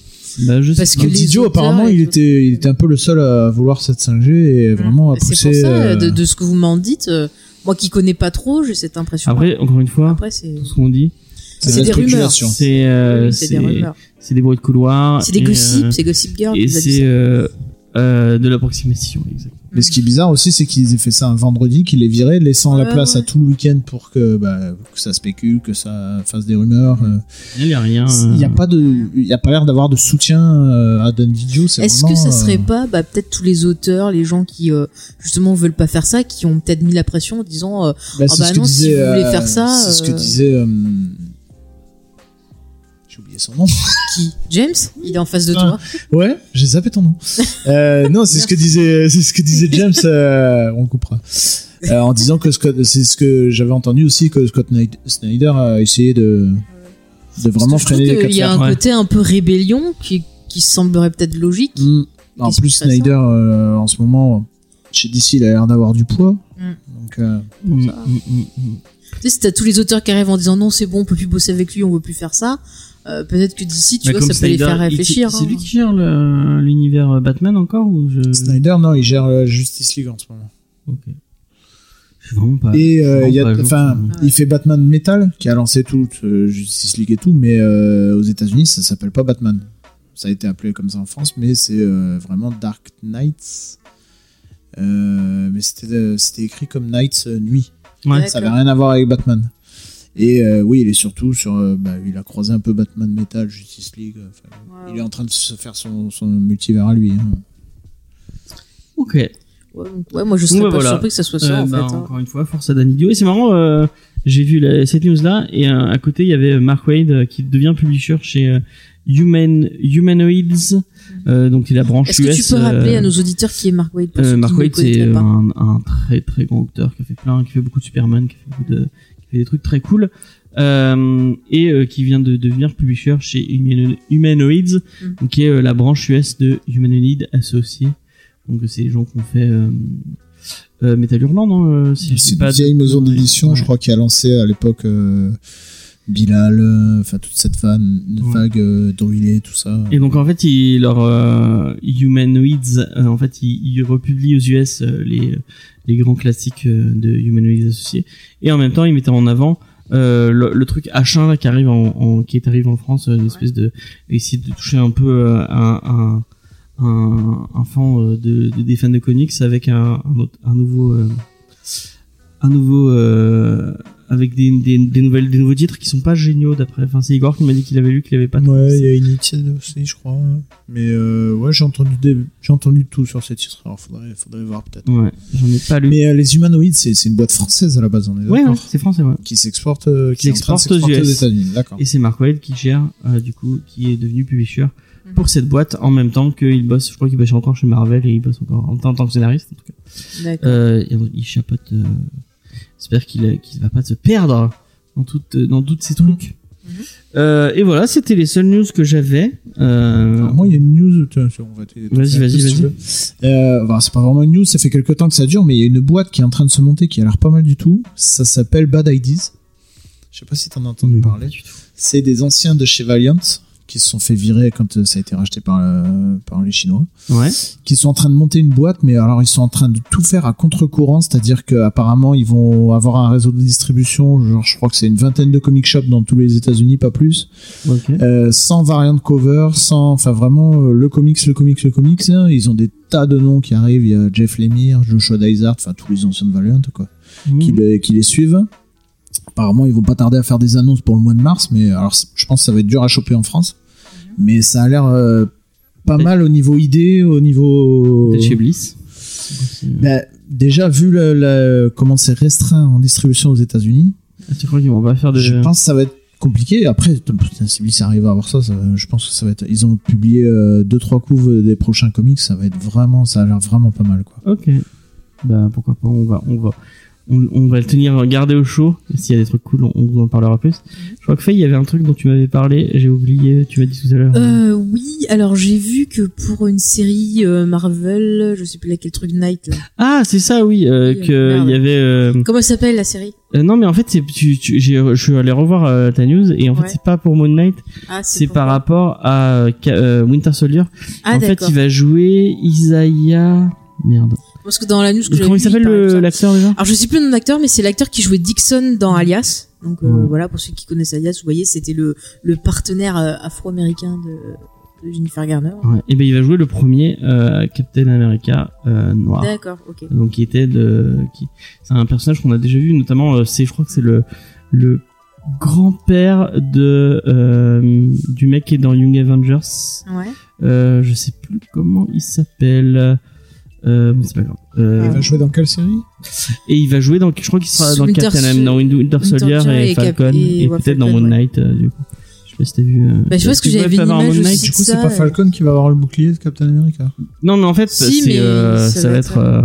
B: Bah, je
C: Parce
B: sais
C: que
B: pas.
C: les
D: Didio,
C: auteurs
D: apparemment,
C: et
D: il
C: tout.
D: était, il était un peu le seul à vouloir cette 5G et vraiment à
C: c'est
D: pousser.
C: pour ça,
D: euh,
C: de, de ce que vous m'en dites, euh, moi qui connais pas trop, j'ai cette impression.
B: après encore une fois
C: Après, c'est,
B: tout ce qu'on dit
D: cette
C: c'est des rumeurs.
D: spéculation.
B: c'est euh,
C: oui, c'est
B: c'est
C: des rumeurs.
B: c'est des bruits de couloir.
C: C'est des
B: et,
C: gossips,
B: euh,
C: c'est Gossip Girl.
B: et
C: qui vous a dit
B: c'est
C: ça.
B: euh, euh, de l'approximation exactement.
D: Mais ce qui est bizarre aussi, c'est qu'ils aient fait ça un vendredi, qu'ils les viraient, laissant la
C: Ouais,
D: place
C: ouais.
D: à tout le week-end pour que, bah, que ça spécule, que ça fasse des rumeurs. euh.
B: Il n'y a rien.
D: Il n'y a
B: euh,
D: pas de, il y a pas l'air d'avoir de soutien euh, à Don Didio. C'est
C: Est-ce
D: vraiment,
C: que ça serait
D: euh,
C: pas bah, peut-être tous les auteurs, les gens qui euh, justement veulent pas faire ça, qui ont peut-être mis la pression en disant euh,
D: bah,
C: Ah
D: c'est
C: bah
D: ce que
C: non, si
D: disait,
C: vous voulez
D: euh,
C: faire ça,
D: C'est ce que
C: euh,
D: disait. euh, J'ai oublié son nom.
C: qui James, il est en face de
D: Ah.
C: toi.
D: Ouais, j'ai zappé ton nom. Euh, non, c'est ce que disait, c'est ce que disait James. euh, on le coupera. Euh, en disant que Scott, c'est ce que j'avais entendu aussi que Scott Knight- Snyder a essayé de de vraiment
C: Parce que je
D: freiner
C: trouve
D: les
C: qu'il y a
D: quatre
C: un
B: ouais.
C: côté un peu rébellion qui, qui semblerait peut-être logique.
D: Mm. En
C: Qu'est-ce
D: plus,
C: qui se passe, hein.
D: Snyder, euh, en ce moment, chez DC, il a l'air d'avoir du poids.
C: Mm.
D: Donc, euh,
B: mm, mm, mm, mm.
C: Tu sais, si t'as tous les auteurs qui arrivent en disant non, c'est bon, on peut plus bosser avec lui, on veut plus faire ça, euh, peut-être que d'ici, tu
B: Bah,
C: vois,
B: comme
C: ça peut les
B: Snyder,
C: faire
B: il-
C: réfléchir.
B: C'est
C: hein.
B: lui qui gère le- l'univers euh, Batman encore ou je...
D: Snyder, non, il gère la Justice League en ce moment.
B: Ok. Je suis vraiment pas.
D: Et euh,
B: je suis
D: il y a,
B: vraiment pas
D: enfin,
B: à jour.
D: il fait Batman Metal, qui a lancé toute euh, Justice League et tout, mais euh, aux États-Unis, ça s'appelle pas Batman. Ça a été appelé comme ça en France, mais c'est euh, vraiment Dark Knights. Euh, mais c'était euh, c'était écrit comme Knights euh, nuit.
B: Ouais.
C: D'accord.
D: Ça n'avait rien à voir avec Batman. Et euh, oui, il est surtout sur. euh, bah, il a croisé un peu Batman Metal, Justice League. euh, enfin,
C: Ah Ouais,
D: Il est en train de se faire son, son multivers à lui. hein.
B: Ok.
C: ouais, donc, ouais, moi je serais
B: Ouais,
C: pas
B: voilà.
C: surpris que ça soit ça
B: Euh,
C: en
B: bah,
C: fait. hein.
B: Encore une fois, force à Dan Didio. Et c'est marrant, euh, j'ai vu la- cette news là et euh, à côté il y avait Mark Wade euh, qui devient publisher chez euh, Human Humanoids. Euh, donc il la branche
C: Mm. Est-ce que
B: US.
C: tu peux rappeler
B: euh,
C: à nos auditeurs qui est Mark Waid pour
B: Euh,
C: ceux qui
B: Mark
C: ne le
B: Waid, c'est
C: connaîtraient pas
B: un, un très très grand auteur qui a fait plein, qui fait beaucoup de Superman, qui fait, beaucoup de, qui fait des trucs très cool euh, et euh, qui vient de devenir publisher chez Humano- Humanoids,
C: Mhm.
B: donc qui est euh, la branche US de Humanoid Associés. Donc euh, c'est les gens qui ont fait euh, euh, Metal Hurlant, non euh, si je dis
D: C'est une
B: pas de-
D: vieille maison d'édition,
B: Ouais.
D: je crois, qui a lancé à l'époque euh, Bilal, euh, enfin toute cette fan,
B: Ouais.
D: vague euh, Druillet, tout ça.
B: Et donc en fait, ils, leur euh, Humanoids, euh, en fait, ils, ils republient aux US euh, les les grands classiques euh, de Humanoids associés. Et en même temps, ils mettaient en avant euh, le, le truc H1 là, qui arrive en, en- qui est arrivé en France, euh, une espèce de essayer de toucher un peu euh, un un, un, un fan euh, de, de- des fans de comics avec un un, autre- un nouveau euh, un nouveau euh, avec des, des, des nouvelles, des nouveaux titres qui sont pas géniaux d'après. Enfin, c'est Igor qui m'a dit qu'il avait lu, qu'il avait pas. trouvé
D: Ouais,
B: ça.
D: il y a Initial aussi, je crois. Mais euh, ouais, j'ai entendu, des- j'ai entendu tout sur ces titres. Alors, faudrait, faudrait voir peut-être.
B: Ouais, j'en ai pas lu. Euh,
D: Mais euh, les humanoïdes, c'est c'est une boîte française à la base, on est
B: ouais,
D: d'accord
B: ouais, c'est français, ouais.
D: Qui s'exporte, euh,
B: Qui
D: qui, est en train de
B: s'exporte aux
D: s'exporter aux
B: US.
D: États-Unis. D'accord.
B: Et c'est Mark Wade qui gère, euh, du coup, qui est devenu publisher pour cette boîte en même temps qu'il bosse. Je crois qu'il bosse encore chez Marvel et il bosse encore en, en tant que scénariste. En tout cas.
C: D'accord.
B: Euh, et il chapeaute. euh, J'espère qu'il euh, qu'il va pas se perdre dans toutes dans toutes ces trucs. Euh, et voilà, c'était les seules news que j'avais. Euh,
D: Alors, moi, il y a une news. tiens, on va t'aider tout
B: Vas-y,
D: ça,
B: vas-y,
D: si
B: vas-y.
D: tu veux. Euh, bah, c'est pas vraiment une news, ça fait quelques temps que ça dure, mais il y a une boîte qui est en train de se monter qui a l'air pas mal du tout. Ça s'appelle Bad Ideas. Je sais pas si t'en as entendu parler. C'est des anciens de chez Valiant qui se sont fait virer quand euh, ça a été racheté par, euh, par les Chinois.
B: Ouais.
D: qui sont en train de monter une boîte, mais alors ils sont en train de tout faire à contre-courant, c'est-à-dire qu'apparemment ils vont avoir un réseau de distribution, genre je crois que c'est une vingtaine de comic shops dans tous les États-Unis, pas plus,
B: Ok.
D: euh, sans variant de cover, sans, enfin vraiment euh, le comics, le comics, le comics. hein. Ils ont des tas de noms qui arrivent, il y a Jeff Lemire, Joshua Dysart, enfin tous les anciens de Valiant quoi
B: Mhm.
D: qui, les, qui les suivent. Apparemment, ils vont pas tarder à faire des annonces pour le mois de mars, mais alors c'est- je pense que ça va être dur à choper en France. Mais ça a l'air euh, pas
B: Peut-être-
D: mal au niveau idée, au niveau.
B: Peut-être chez Bliss.
D: Bah, déjà vu le, le- comment c'est restreint en distribution aux États-Unis,
B: Ah, tu crois qu'ils vont pas faire de. hein
D: je pense que ça va être compliqué. Après, putain, si Bliss arrive à avoir ça, ça va- je pense que ça va être. Ils ont publié euh, deux trois couves des prochains comics, ça va être vraiment, ça a l'air vraiment pas mal quoi.
B: Ok. Bah pourquoi pas, on va, on va, on, on va le tenir gardé au chaud. Et S'il y a des trucs cool, on, on vous en parlera plus. Je crois que Faye, il y avait un truc dont tu m'avais parlé, j'ai oublié, tu m'as dit tout à l'heure.
C: Euh, oui, alors j'ai vu que pour une série euh, Marvel, je sais plus laquelle truc Night là.
B: Ah, c'est ça, oui, euh,
C: Oui,
B: que
C: merde.
B: il y avait. euh,
C: Comment elle s'appelle la série
B: euh, non, mais en fait, c'est, tu, tu- j'ai, je suis allé revoir euh, ta news et en fait,
C: Ouais.
B: c'est pas pour Moon Knight,
C: Ah,
B: c'est
C: pour-
B: par rapport à euh, Ca- euh, Winter Soldier.
C: Ah
B: en fait,
C: d'accord.
B: il va jouer Isaiah. Merde.
C: Parce que dans la news que j'ai
B: Comment
C: vue,
B: il s'appelle
C: parlait de
B: le-
C: ça.
B: l'acteur déjà
C: Alors je sais plus le nom de l'acteur, mais c'est l'acteur qui jouait Dixon dans Alias. Donc euh,
B: Ouais.
C: voilà, pour ceux qui connaissent Alias, vous voyez, c'était le, le partenaire euh, afro-américain de, de Jennifer Garner.
B: Ouais. Et ben, il va jouer le premier euh, Captain America euh, noir.
C: D'accord, ok.
B: donc qui était de qui c'est un personnage qu'on a déjà vu notamment euh, c'est je crois que c'est le le grand-père de euh, du mec qui est dans Young Avengers
C: Ouais.
B: euh, je sais plus comment il s'appelle euh, bon, c'est pas grave. Euh,
D: Il va jouer dans quelle série
B: et il va jouer dans je crois qu'il sera dans
C: Winter
B: Captain
C: Sol-
B: Am- dans Windu- Winter
C: Winter
B: Soldier
C: Soldier
B: et,
C: et Cap-
B: Falcon
C: et
B: et,
C: ouais,
B: peut-être dans
C: Falcon,
B: Moon
C: ouais.
B: Knight euh, du coup je sais pas si t'as vu euh,
C: Bah, je pense
B: est-ce
C: que j'avais
B: peuvent
C: une
B: avoir un
C: image
B: Moon Knight,
C: aussi.
D: Du coup, c'est
C: Ça,
D: pas
C: euh,
D: Falcon qui va avoir le bouclier de Captain America.
B: non mais en fait
C: Si,
B: c'est
C: mais
B: euh, ça, va être, euh,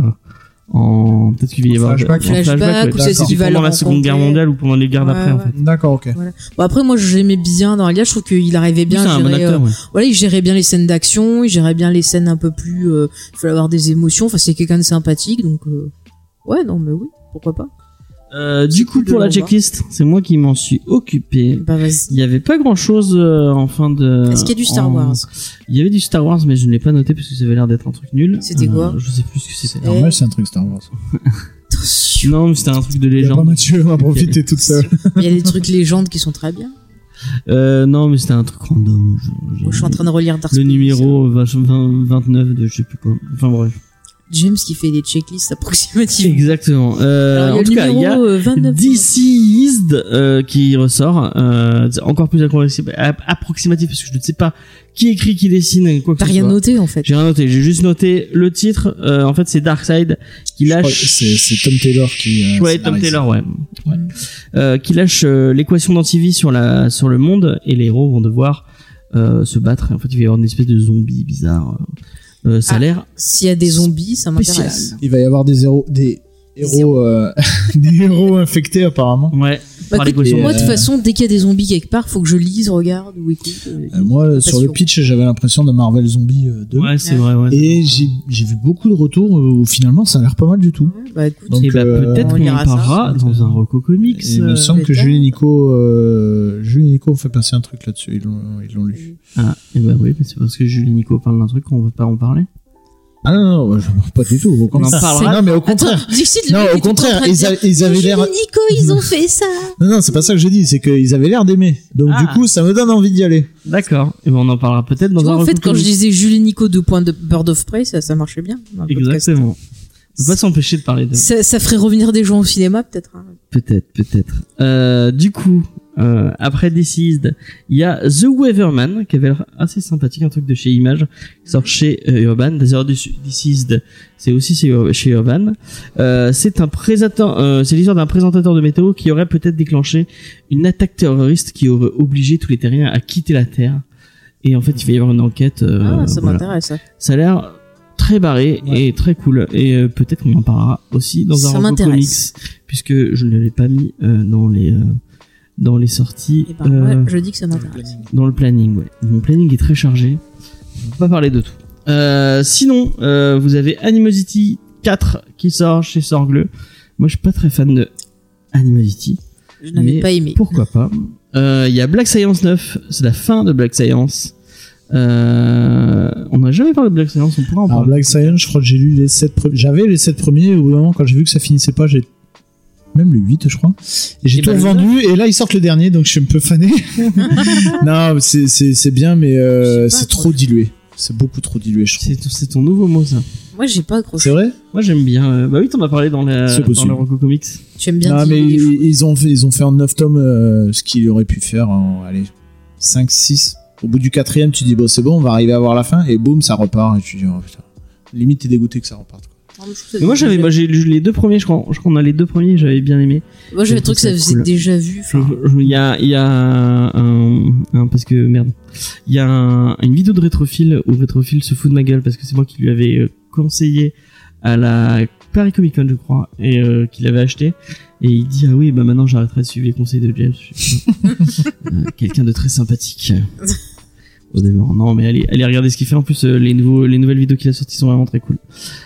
B: en peut-être qu'il va y
D: En
B: avoir
D: flashback.
B: en
C: Flashback,
B: ouais.
D: ou c'est-
B: C'était
C: tu vas
B: pendant
C: le
B: la Seconde Guerre
C: rencontrer.
B: mondiale ou pendant les guerres
C: Ouais,
B: d'après en
C: ouais.
B: fait
D: D'accord, ok.
C: Bon après moi j'aimais bien dans Alias, je trouve qu'il arrivait bien
B: c'est
C: à
B: un bon
C: gérer,
B: acteur
C: euh,
B: ouais.
C: voilà, il gérait bien les scènes d'action, il gérait bien les scènes un peu plus euh, il fallait avoir des émotions, enfin c'est quelqu'un de sympathique donc euh, ouais non mais oui, pourquoi pas.
B: Euh, du coup,
C: cool de
B: pour la
C: le revoir.
B: checklist, c'est moi qui m'en suis occupé.
C: Bah vas-y.
B: Il n'y avait pas grand chose en fin de.
C: Est-ce qu'il y a du Star
B: Euh, en-
C: Wars
B: Il y avait du Star Wars, mais je ne l'ai pas noté parce que ça avait l'air d'être un truc nul.
C: C'était
B: Euh,
C: quoi
B: Je sais plus ce que c'était.
D: Normal, c'est un truc Star Wars.
C: Attention,
B: Non, mais c'était un truc de
D: Il y a pas
B: légende.
D: Mathieu, on va profiter toute seule.
C: il y a des trucs légendes qui sont très bien.
B: Euh, non, mais c'était un truc random. Je- je-
C: Moi, Oh, je suis en train de relire Dark
B: Le
C: Space.
B: numéro 20 20 29 de je sais plus quoi. Enfin bref.
C: James qui fait des checklists approximatives.
B: Exactement. Euh,
C: Alors,
B: en tout cas, il y a
C: numéro, euh, 29.
B: DCised euh, qui ressort, euh, c'est encore plus approximatif, approximatif parce que je ne sais pas qui écrit, qui dessine, quoi que
C: T'as
B: ce
C: rien
B: soit.
C: noté en fait.
B: J'ai rien noté, j'ai juste noté le titre. euh, en fait, c'est Darkseid qui
D: Je crois que
B: lâche.
D: C'est c'est Tom Taylor qui. euh,
B: Ouais, Tom
D: scénarise.
B: Taylor, ouais. Ouais.
C: Mm.
B: Euh, qui lâche euh, l'équation d'antivie sur la sur le monde et les héros vont devoir euh, se battre. En fait, il va y avoir une espèce de zombie bizarre. Euh, ça a
C: Ah.
B: l'air
C: S'il y a des zombies, ça m'intéresse.
B: spécial.
D: Il va y avoir des héros, des héros, euh, des héros infectés apparemment.
B: Ouais.
C: Bah,
B: par
C: écoute,
B: l'équation.
C: moi, de toute
D: euh,
C: façon, dès qu'il y a des zombies quelque part, faut que je lise, regarde ou écoute. euh,
B: Ah
D: Euh, moi, sur le
C: sûr.
D: pitch, j'avais l'impression de Marvel Zombie euh, 2.
B: Ouais, c'est vrai. Ouais.
D: Et j'ai j'ai vu beaucoup de retours euh, où finalement ça a l'air pas mal du tout.
C: Bah écoute,
D: Donc,
B: et bah,
D: euh,
B: peut-être
C: on
B: qu'on en
C: lira ça.
B: parlera dans un Roco Comics.
D: Et il me
B: euh,
D: semble que
C: peut-être.
D: Julie Nico, euh, Julie Nico ont fait passer un truc là-dessus. Ils l'ont ils l'ont lu.
B: Ah, et bah oui, mais c'est parce que Julie Nico parle d'un truc qu'on veut pas en parler.
D: Ah non, non, ouais, je- pas du tout. Au
B: On en
D: contraire.
B: parlera.
D: Non, mais au
C: attends,
D: contraire.
C: Dixit, le
D: Non,
C: mec
D: au
C: était en
D: contraire,
C: train de
D: ils,
C: dire,
D: a- ils avaient
C: Jules
D: l'air.
C: et Nico, ils ont fait ça.
D: Non, non, c'est pas ça que j'ai dit, c'est qu'ils avaient l'air d'aimer. Donc
B: Ah.
D: du coup, ça me donne envie d'y aller.
B: D'accord. Et ben on en parlera peut-être dans
C: Tu
B: un
C: vois, en
B: Roco
C: fait, quand je
B: Comics.
C: disais Jules et Nico, deux points de Bird of Prey, ça, ça marchait bien. dans le podcast.
B: Exactement. On peut pas s'empêcher de parler de.
C: Ça, ça ferait revenir des gens au cinéma, peut-être. hein.
B: Peut-être, peut-être. Euh, du coup, euh, après Deceased, il y a The Weatherman, qui avait l'air assez sympathique, un truc de chez Image, qui sort chez euh, Urban. D'ailleurs, Dece- Deceased, c'est aussi chez, Ur- chez Urban. Euh, c'est un présateur- euh, c'est l'histoire d'un présentateur de météo qui aurait peut-être déclenché une attaque terroriste qui aurait obligé tous les terriens à quitter la Terre. Et en fait, il va y avoir une enquête. euh,
C: ah, ça
B: voilà.
C: m'intéresse. ça.
B: Ça a l'air très barré
D: Ouais.
B: et très cool. Et euh, peut-être qu'on en parlera aussi dans un
C: Ça
B: reco comics,
C: m'intéresse.
B: puisque je ne l'ai pas mis euh, dans les euh, dans les sorties,
C: Eh ben,
B: euh,
C: ouais, je dis que ça m'intéresse.
B: dans le planning. Ouais. Mon planning est très chargé. On va pas parler de tout. Euh, sinon, euh, vous avez Animosity 4 qui sort chez Sorgleux. Moi, je suis pas très fan de Animosity.
C: Je n'avais
B: mais
C: pas aimé.
B: Pourquoi pas Euh, Il y a Black Science 9, c'est la fin de Black Science. Euh, on n'a jamais parlé de Black Science, on pourra en
D: Alors
B: parler.
D: Ah, Black Science, je crois que j'ai lu les 7 premiers. J'avais les 7 premiers, et au bout d'un moment, quand j'ai vu que ça finissait pas, j'ai. Même le 8, je crois. Et j'ai
B: Et
D: tout
B: bah,
D: revendu, et là, ils sortent le dernier, donc je suis un peu fané. non, c'est- c'est c'est bien, mais euh,
C: Je sais pas,
D: c'est
C: quoi.
D: trop dilué. C'est beaucoup trop dilué, je trouve.
B: C'est c'est ton nouveau mot, ça.
C: Moi, j'ai pas
D: C'est
C: accroché.
D: vrai
B: Moi, j'aime bien. euh, bah oui, t'en as parlé dans la,
D: C'est
B: dans
D: possible.
B: la Rocco Comics.
C: J'aime bien
D: Non,
C: dire
D: mais
C: les choses.
D: ils, ils ont fait, ils ont fait en 9 tomes euh, ce qu'ils auraient pu faire en allez, 5, 6. Au bout du quatrième, tu dis, bon, c'est bon, on va arriver à voir la fin, et boum, ça repart. Et tu dis, oh, putain. Limite, t'es dégoûté que ça reparte. quoi.
C: Non, mais je trouve ça-
B: Mais moi, j'avais, moi, j'ai lu les deux premiers, je crois. Je crois qu'on a les deux premiers, j'avais bien aimé.
C: Moi, j'avais trouvé que ça
B: C'est
C: faisait
B: cool.
C: déjà vu.
B: Je-
C: enfin,
B: je- Il y a, il y a un, un- parce que merde, il y a un- une vidéo de rétrophile où rétrophile se fout de ma gueule parce que c'est moi qui lui avais euh, conseillé à la Paris Comic Con, je crois, et euh, qu'il avait acheté. Et il dit ah oui, bah maintenant j'arrêterai de suivre les conseils de James. Je suis- Euh, Quelqu'un de très sympathique. Au départ, non, mais allez, allez regarder ce qu'il fait. En plus, euh, les nouveaux, les nouvelles vidéos qu'il a sorties sont vraiment très cool.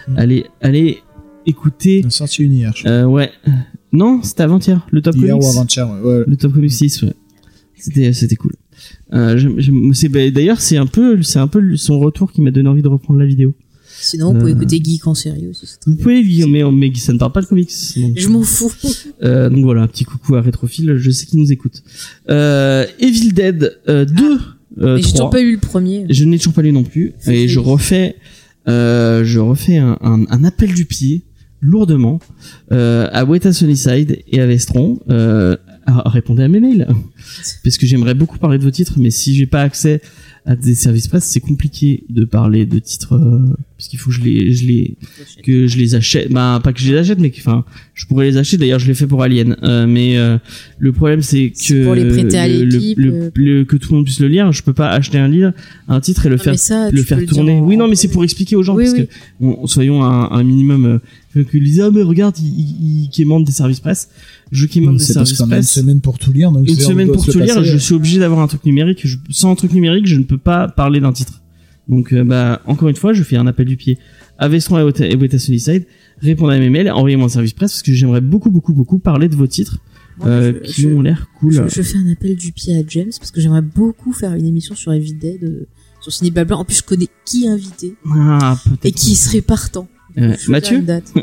D: Mm.
B: Allez, allez écouter.
D: Ils ont sorti une hier, je crois.
B: Euh, ouais, non, c'était avant-hier, le top
D: Hier
B: comics.
D: ou avant-hier, ouais. ouais.
B: Le Top Comics 6, ouais. C'était, c'était cool. Euh, j'aime- j'aime- c'est- bah, D'ailleurs, c'est un peu, c'est un peu son retour qui m'a donné envie de reprendre la vidéo.
C: Sinon, vous pouvez
B: Euh.
C: écouter Geek en série aussi. c'est très
B: Vous
C: bien.
B: pouvez lire, mais, mais ça ne parle pas de comics. Donc,
C: Je m'en fous.
B: euh, donc voilà, un petit coucou à Rétrophile, je sais qu'il nous écoute. Euh, Evil Dead euh, 2, euh,
C: Ah, Mais j'ai
B: 3.
C: toujours pas eu le premier.
B: Je n'ai toujours pas lu non plus. Et je refais, euh, je refais un, un- un appel du pied, lourdement, euh, à Weta Sunnyside et à Vestron. Euh, à- à répondre à mes mails. Parce que j'aimerais beaucoup parler de vos titres, mais si j'ai pas accès à des services presse, c'est compliqué de parler de titres, euh, parce qu'il faut que je les, je les, que je les achète bah pas que je les achète mais que enfin je pourrais les acheter d'ailleurs je l'ai fait pour Alien Euh, mais euh, le problème c'est
C: C'est
B: que
C: pour les prêter à
B: le- le-
C: l'équipe,
B: le-
C: euh.
B: le- que tout le monde puisse le lire je peux pas acheter un livre un titre et le
C: Non,
B: faire
C: mais ça,
B: le
C: tu
B: faire
C: peux dire
B: tourner
C: en-
B: oui non
C: en-
B: mais c'est pour expliquer aux gens
C: Oui,
B: parce
C: oui.
B: que on- soyons un, un minimum euh, faut que lisent ah mais regarde il, il, il quémande des services presse je quémande des
D: C'est parce
B: services
D: qu'on a une
B: presse
D: semaine pour tout lire. Donc
B: une
D: c'est- on
B: semaine
D: doit
B: pour
D: se
B: tout
D: le
B: lire,
D: passer.
B: je suis obligé d'avoir un truc numérique. Je- sans un truc numérique, je ne peux pas parler d'un titre. Donc, euh, bah, encore une fois, je fais un appel du pied à Vestron et Weta- et Weta Sunnyside. Répondez à mes mails, envoyez-moi un service presse parce que j'aimerais beaucoup, beaucoup, beaucoup parler de vos titres
C: Moi,
B: euh,
C: je-
B: qui
C: je-
B: ont l'air cool.
C: Je, je fais un appel du pied à James parce que j'aimerais beaucoup faire une émission sur Evil Dead, euh, sur Ciné Blabla. En plus, je connais qui invité
B: Ah, peut-être.
C: et qui serait partant.
B: Euh,
C: Je veux
B: Mathieu
C: faire une date.